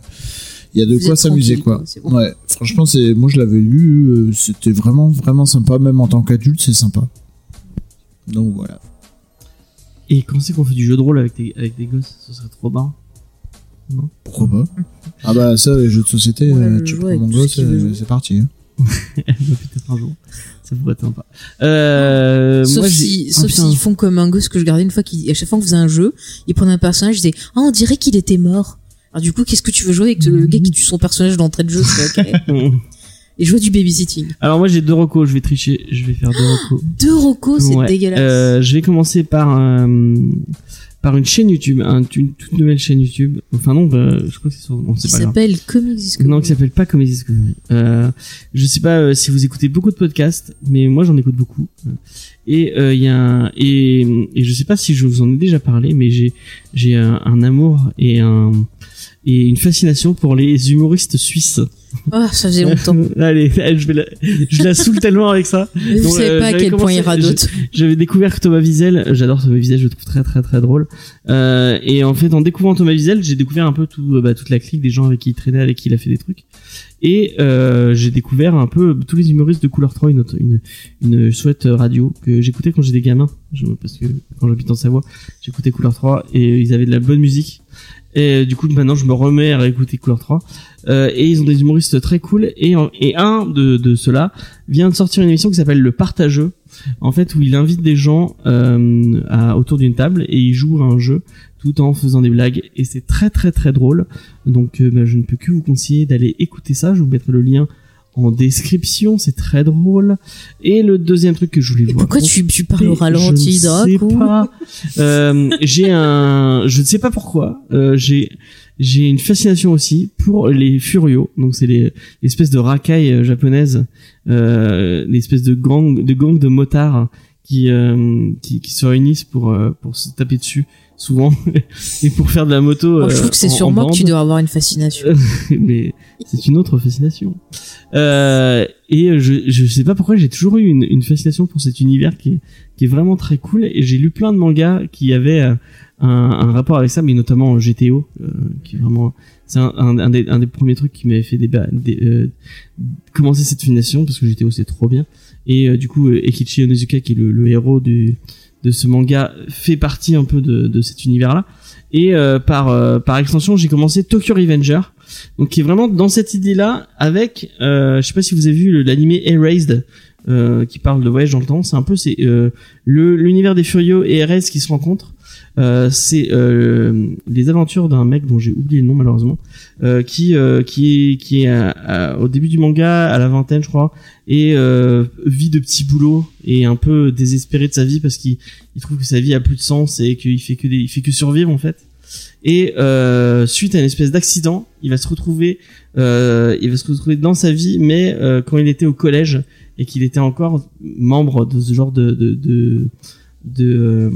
D: il y a de
C: Vous
D: quoi
C: êtes
D: s'amuser,
C: tranquille,
D: quoi.
C: quoi, c'est bon.
D: Ouais, franchement, c'est moi je l'avais lu, euh, c'était vraiment vraiment sympa, même en tant qu'adulte, c'est sympa. Donc voilà.
B: Et quand c'est qu'on fait du jeu de rôle avec des, avec des gosses Ce serait trop marrant.
D: Pourquoi pas Ah bah ça, les jeux de société,
C: Ouais,
D: euh,
C: le
D: tu
C: jeu
D: prends
C: avec
D: mon
C: tout ce
D: gosse,
C: qu'il veut
D: euh,
C: jouer.
D: c'est parti. hein.
B: Peut-être un jour. Ça pourrait être sympa. Euh,
C: sauf
B: moi, j'ai-
C: si,
B: Oh,
C: sauf
B: putain.
C: s'ils font comme un gosse que je gardais une fois qui, à chaque fois qu'on faisait un jeu, il prenait un personnage, il disait, ah, on dirait qu'il était mort. Alors du coup, qu'est-ce que tu veux jouer avec le gars qui tue son personnage d'entrée de jeu c'est ok. Et jouer du babysitting.
B: Ah, Alors moi j'ai deux recos, je vais tricher, je vais faire deux recos.
C: Deux rocos, c'est
B: Ouais.
C: dégueulasse.
B: Euh, je vais commencer par un- par une chaîne YouTube, un- une toute nouvelle chaîne YouTube. Enfin non, bah, je crois que c'est sur... Bon, c'est
C: qui
B: pas grave.
C: s'appelle Comics Discovery.
B: Non, qui s'appelle pas Comedy Discovery. Euh, je sais pas euh, si vous écoutez beaucoup de podcasts, mais moi j'en écoute beaucoup. Et euh, il y a un, et, et je sais pas si je vous en ai déjà parlé, mais j'ai j'ai un, un amour et un et une fascination pour les humoristes suisses.
C: Ah, ça faisait longtemps.
B: Allez, je vais la, je la saoule tellement avec ça.
C: Mais vous
B: Donc,
C: savez
B: euh,
C: pas à
B: j'avais
C: quel point il
B: commencé-
C: radote.
B: J'avais découvert que Thomas Wiesel, j'adore Thomas Wiesel, je le trouve très très très drôle. Euh, et en fait, en découvrant Thomas Wiesel, j'ai découvert un peu tout, euh, bah, toute la clique des gens avec qui il traînait, avec qui il a fait des trucs. Et euh, j'ai découvert un peu euh, tous les humoristes de Couleur 3, une, autre- une, une chouette radio que j'écoutais quand j'étais gamin, Je- parce que quand j'habite en Savoie, j'écoutais Couleur 3 et ils avaient de la bonne musique. Et euh, du coup, maintenant, je me remets à écouter Couleur 3. Euh, et ils ont des humoristes très cool. Et, en- et un de, de ceux-là vient de sortir une émission qui s'appelle Le Partageux, en fait, où il invite des gens euh, à, autour d'une table et il joue à un jeu tout en faisant des blagues. Et c'est très très très drôle. Donc, euh, bah, je ne peux que vous conseiller d'aller écouter ça. Je vous mettrai le lien en description. C'est très drôle. Et le deuxième truc que je voulais
C: Et
B: vous
C: pourquoi
B: raconter-
C: tu, tu parles au ralenti d'un
B: je ne
C: coup
B: sais pas. Euh, j'ai un, je ne sais pas pourquoi. euh, j'ai j'ai une fascination aussi pour les furios. Donc c'est les espèces de racailles euh, japonaises, euh, l'espèce de gang de gang de motards qui euh, qui, qui se réunissent pour euh, pour se taper dessus souvent et pour faire de la moto.
C: Moi, Oh, je trouve que c'est
B: euh, en-
C: sur
B: en
C: moi que
B: bande.
C: tu dois avoir une fascination.
B: mais c'est une autre fascination. Euh, et je je sais pas pourquoi j'ai toujours eu une, une fascination pour cet univers qui est, qui est vraiment très cool et j'ai lu plein de mangas qui avaient euh, un, un rapport avec ça, mais notamment GTO, euh, qui est vraiment c'est un, un, un des, un des premiers trucs qui m'avait fait déba- dé- euh, commencer cette fascination parce que GTO c'est trop bien et euh, du coup euh, Ekichi Onizuka qui est le, le héros du de ce manga fait partie un peu de, de cet univers là et euh, par euh, par extension j'ai commencé Tokyo Revenger donc qui est vraiment dans cette idée-là avec, euh, je sais pas si vous avez vu le- l'animé Erased, euh, qui parle de voyage dans le temps. C'est un peu c'est euh, le l'univers des furieux et Erased qui se rencontrent. Euh, c'est euh, les aventures d'un mec dont j'ai oublié le nom malheureusement, euh, qui euh, qui est qui est à- à- au début du manga à la vingtaine je crois et euh, vit de petits boulots et un peu désespéré de sa vie parce qu'il il trouve que sa vie a plus de sens et qu'il fait que des, il fait que survivre en fait. Et euh, suite à une espèce d'accident, il va se retrouver, euh, il va se retrouver dans sa vie, mais euh, quand il était au collège et qu'il était encore membre de ce genre de de de de, euh,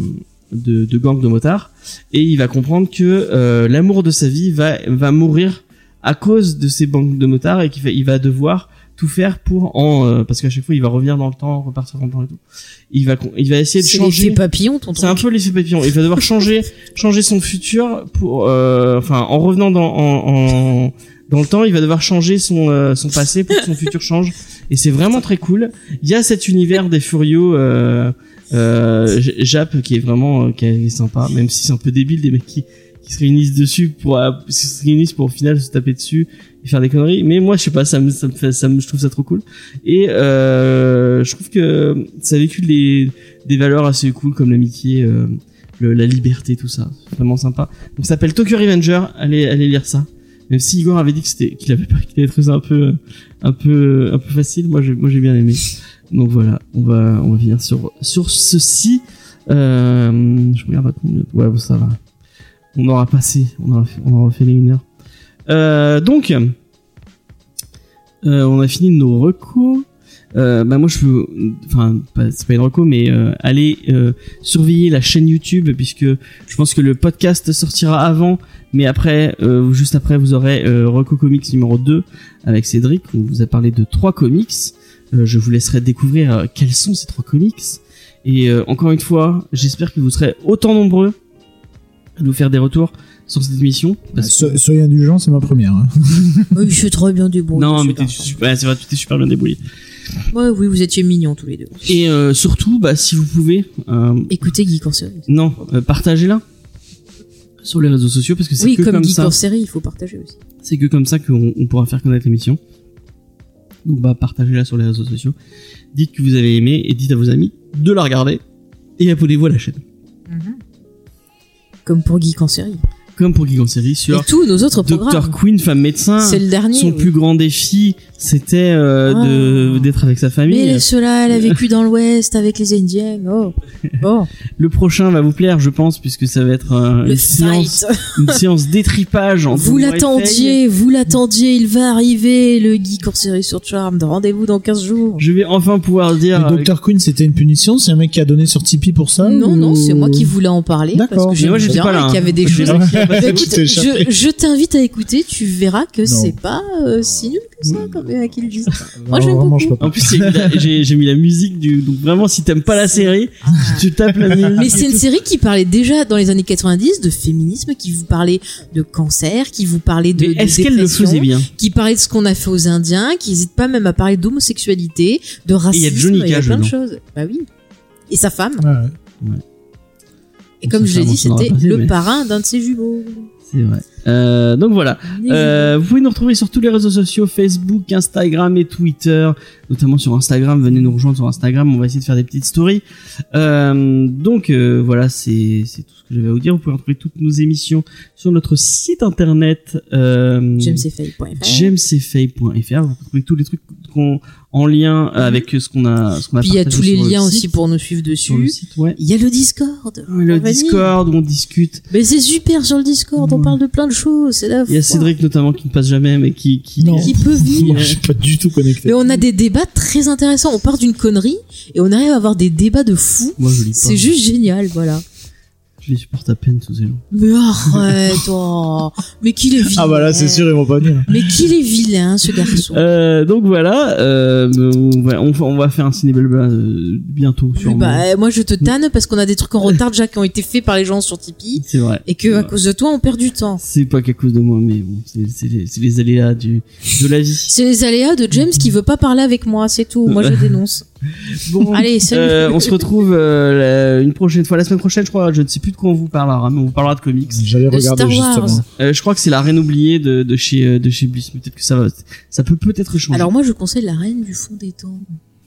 B: de- de gang de motards, et il va comprendre que euh, l'amour de sa vie va va mourir à cause de ces banques de motards et qu'il va, il va devoir tout faire pour en euh, parce qu'à chaque fois il va revenir dans le temps, repartir dans le temps et tout. Il va con- il va essayer de
C: C'est les
B: changer.
C: faits papillons, ton
B: C'est un
C: truc.
B: peu l'effet papillon. Il va devoir changer, changer son futur pour, euh, enfin, en revenant dans, en, en- dans le temps, il va devoir changer son, euh, son passé pour que son futur change. Et c'est vraiment très cool. Il y a cet univers des furieux, euh, euh, J- Jap qui est vraiment, euh, qui est sympa, même si c'est un peu débile des mecs qui, qui se réunissent dessus pour euh, qui se réunissent pour au final se taper dessus et faire des conneries mais moi je sais pas ça me ça me fait ça me je trouve ça trop cool et euh, je trouve que ça véhicule des des valeurs assez cool comme l'amitié euh, le- la liberté tout ça C'est vraiment sympa donc ça s'appelle Tokyo Revenger allez allez lire ça même si Igor avait dit que c'était qu'il avait pas qu'il avait trouvé ça un peu euh, un peu un peu facile moi j'ai moi j'ai bien aimé donc voilà on va on va finir sur sur ceci euh, je regarde à combien ouais bon, ça va on aura passé, on aura fait, on aura fait les une heure. Euh, donc, euh, on a fini nos recos. Euh, bah moi je veux, enfin pas- c'est pas une reco mais euh, allez euh, surveiller la chaîne YouTube puisque je pense que le podcast sortira avant mais après euh, ou juste après vous aurez euh, reco comics numéro 2 avec Cédric où on vous a parlé de trois comics Euh, je vous laisserai découvrir euh, quels sont ces trois comics et euh, encore une fois j'espère que vous serez autant nombreux à nous faire des retours sur cette émission
D: Bah,
B: parce que-
D: so- soyez indulgents, c'est ma première. hein.
C: Oui, je suis trop bien débrouillé.
B: non mais
C: super.
B: t'es super, ouais, c'est vrai, tu t'es super bien débrouillé
C: Ouais, oui, vous étiez mignons tous les deux.
B: Et euh, surtout, bah, si vous pouvez, euh,
C: Écoutez Geek en série.
B: non, euh, partagez-la sur les réseaux sociaux parce que c'est
C: Oui,
B: que
C: comme,
B: comme,
C: Geek
B: ça,
C: en série, il faut partager aussi.
B: c'est que comme ça qu'on on pourra faire connaître l'émission. Donc bah partagez-la sur les réseaux sociaux. Dites que vous avez aimé et dites à vos amis de la regarder et abonnez-vous à la chaîne.
C: Comme pour Geek en série.
B: Comme pour Geek en série
C: Et
B: sur
C: tous nos autres
B: Dr
C: programmes.
B: Queen, femme médecin.
C: C'est le dernier.
B: Son
C: oui.
B: plus grand défi, c'était euh,
C: Ah.
B: de- d'être avec sa famille.
C: Mais cela, elle a vécu dans l'Ouest avec les Indiens. Oh, bon,
B: Le prochain va vous plaire, je pense, puisque ça va être euh,
C: le
B: une séance
C: fight.
B: une séance d'étripage entre
C: Vous
B: Morefeuille.
C: l'attendiez, vous l'attendiez, il va arriver, le geek en série sur Charmed. Rendez-vous dans 15 jours.
B: Je vais enfin pouvoir dire. euh,
D: Le Dr. Queen, c'était une punition C'est un mec qui a donné sur Tipeee pour ça
C: Non,
D: ou-
C: non, c'est moi qui voulais en parler.
D: D'accord.
C: Parce que
D: Mais
C: j'aime
B: moi, j'étais
C: bien
B: pas là,
C: et qu'il y
B: hein.
C: avait des choses.
D: Ah,
C: Bah,
D: c'est
C: écoute,
D: qui s'est
C: je
D: échappé.
C: je t'invite à écouter, tu verras que
D: Non.
C: c'est pas euh, si nul que ça,
D: Non.
C: comme il y en a qui le disent.
D: Non,
C: j'aime
D: vraiment,
C: beaucoup.
D: je peux pas.
B: En plus, j'ai mis la- j'ai j'ai mis la musique du. Donc vraiment, si t'aimes pas la série, tu tapes la musique.
C: Ah. Mais c'est une série qui parlait déjà dans les années 90 de féminisme, qui vous parlait de cancer, qui vous parlait de,
B: Mais
C: de
B: Est-ce qu'elle le
C: dépression,
B: faisait bien
C: qui parlait de ce qu'on a fait aux Indiens, qui n'hésite pas même à parler d'homosexualité, de
B: Et il
C: racisme,
B: y a Johnny
C: il y a
B: Cage
C: plein de
B: dedans.
C: choses. Bah oui. Et sa femme.
D: Ouais,
B: Ah
D: ouais.
C: Et comme je l'ai dit,
B: Sincèrement, ça
C: c'était
B: n'aurait pas
C: le
B: dû, mais-
C: parrain d'un de ses jumeaux.
B: C'est vrai. Euh, donc voilà. Euh, vous pouvez nous retrouver sur tous les réseaux sociaux, Facebook, Instagram et Twitter, notamment sur Instagram. Venez nous rejoindre sur Instagram, on va essayer de faire des petites stories. Euh, donc euh, voilà, c'est c'est tout ce que j'avais à vous dire. Vous pouvez retrouver toutes nos émissions sur notre site internet. Euh,
C: JamesFay.fr.
B: jamesfay.fr vous trouvez tous les trucs qu'on en lien euh, avec ce qu'on a ce qu'on a
C: Puis il y a
B: partagé
C: tous les
B: sur le
C: liens
B: site,
C: aussi pour nous suivre
B: sur le
C: dessus.
B: site ouais
C: Il y a le Discord.
B: le
C: Vanille.
B: Discord où on discute
C: Mais c'est super sur le Discord, on
B: Ouais.
C: parle de plein de choses. C'est la
B: il y a
C: foi.
B: Cédric notamment qui ne passe jamais mais qui qui
D: Non.
C: qui peut
D: Moi,
C: vivre.
D: je suis pas du tout
C: Mais
D: connecté.
C: on a des débats très intéressants. On part d'une connerie et on arrive à avoir des débats de fous.
B: moi je lis pas
C: C'est juste génial, voilà.
B: je les supporte à peine tous ces gens
C: Mais arrête, oh. Mais qu'il est vilain.
D: Ah bah là, c'est sûr, ils vont pas venir.
C: Mais qu'il est vilain, ce garçon.
B: euh, donc voilà euh, on, va, on va- on va faire un ciné euh, bientôt
C: Oui,
B: sûrement
C: bah, euh, moi, je te tanne parce qu'on a des trucs en retard déjà qui ont été faits par les gens sur Tipeee
B: c'est vrai
C: et que à
B: Ouais.
C: cause de toi, on perd du temps.
B: c'est pas qu'à cause de moi mais bon c'est c'est les, c'est les aléas du de la vie
C: C'est les aléas de James qui veut pas parler avec moi, c'est tout. Moi, je dénonce.
B: bon
C: Allez, salut.
B: Euh, on se retrouve euh, la- une prochaine fois, la semaine prochaine, je crois. Je ne sais plus de quoi on vous parlera, mais on vous parlera de comics.
D: J'allais
C: De
D: regarder
C: Star Wars.
D: justement.
B: Euh, je crois que c'est la reine oubliée de, de chez euh, de chez Bliss. mais Peut-être que ça va, ça peut peut-être changer.
C: Alors moi, je conseille La Reine du Fond des Temps.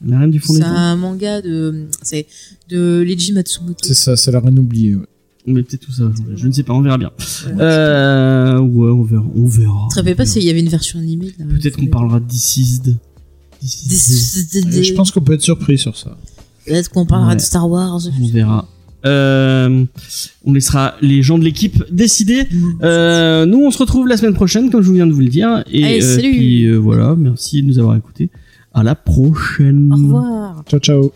B: la reine du fond des
C: C'est
B: temps.
C: un manga de, c'est de Leiji Matsumoto.
D: C'est ça, c'est la reine oubliée. ouais.
B: Mais peut-être tout ça. va changer. Je ne sais pas, on verra bien. Euh, ouais, on verra, on verra.
C: Te rappelles
B: On
C: pas
B: verra.
C: s'il y avait une version animée de La Reine
B: Peut-être
C: du
B: qu'on
C: Fond
B: parlera d'Isisd.
C: des- des- des-
D: Et Je pense qu'on peut être surpris sur ça.
C: Peut-être qu'on parlera
B: Ouais.
C: de Star Wars.
B: On verra. Euh, on laissera les gens de l'équipe décider.
C: Mm-hmm.
B: Euh, nous, on se retrouve la semaine prochaine, comme je viens de vous le dire. Et
C: Allez,
B: euh,
C: salut.
B: puis euh, voilà, merci de nous avoir écoutés. À la prochaine.
C: Au revoir.
D: Ciao, ciao.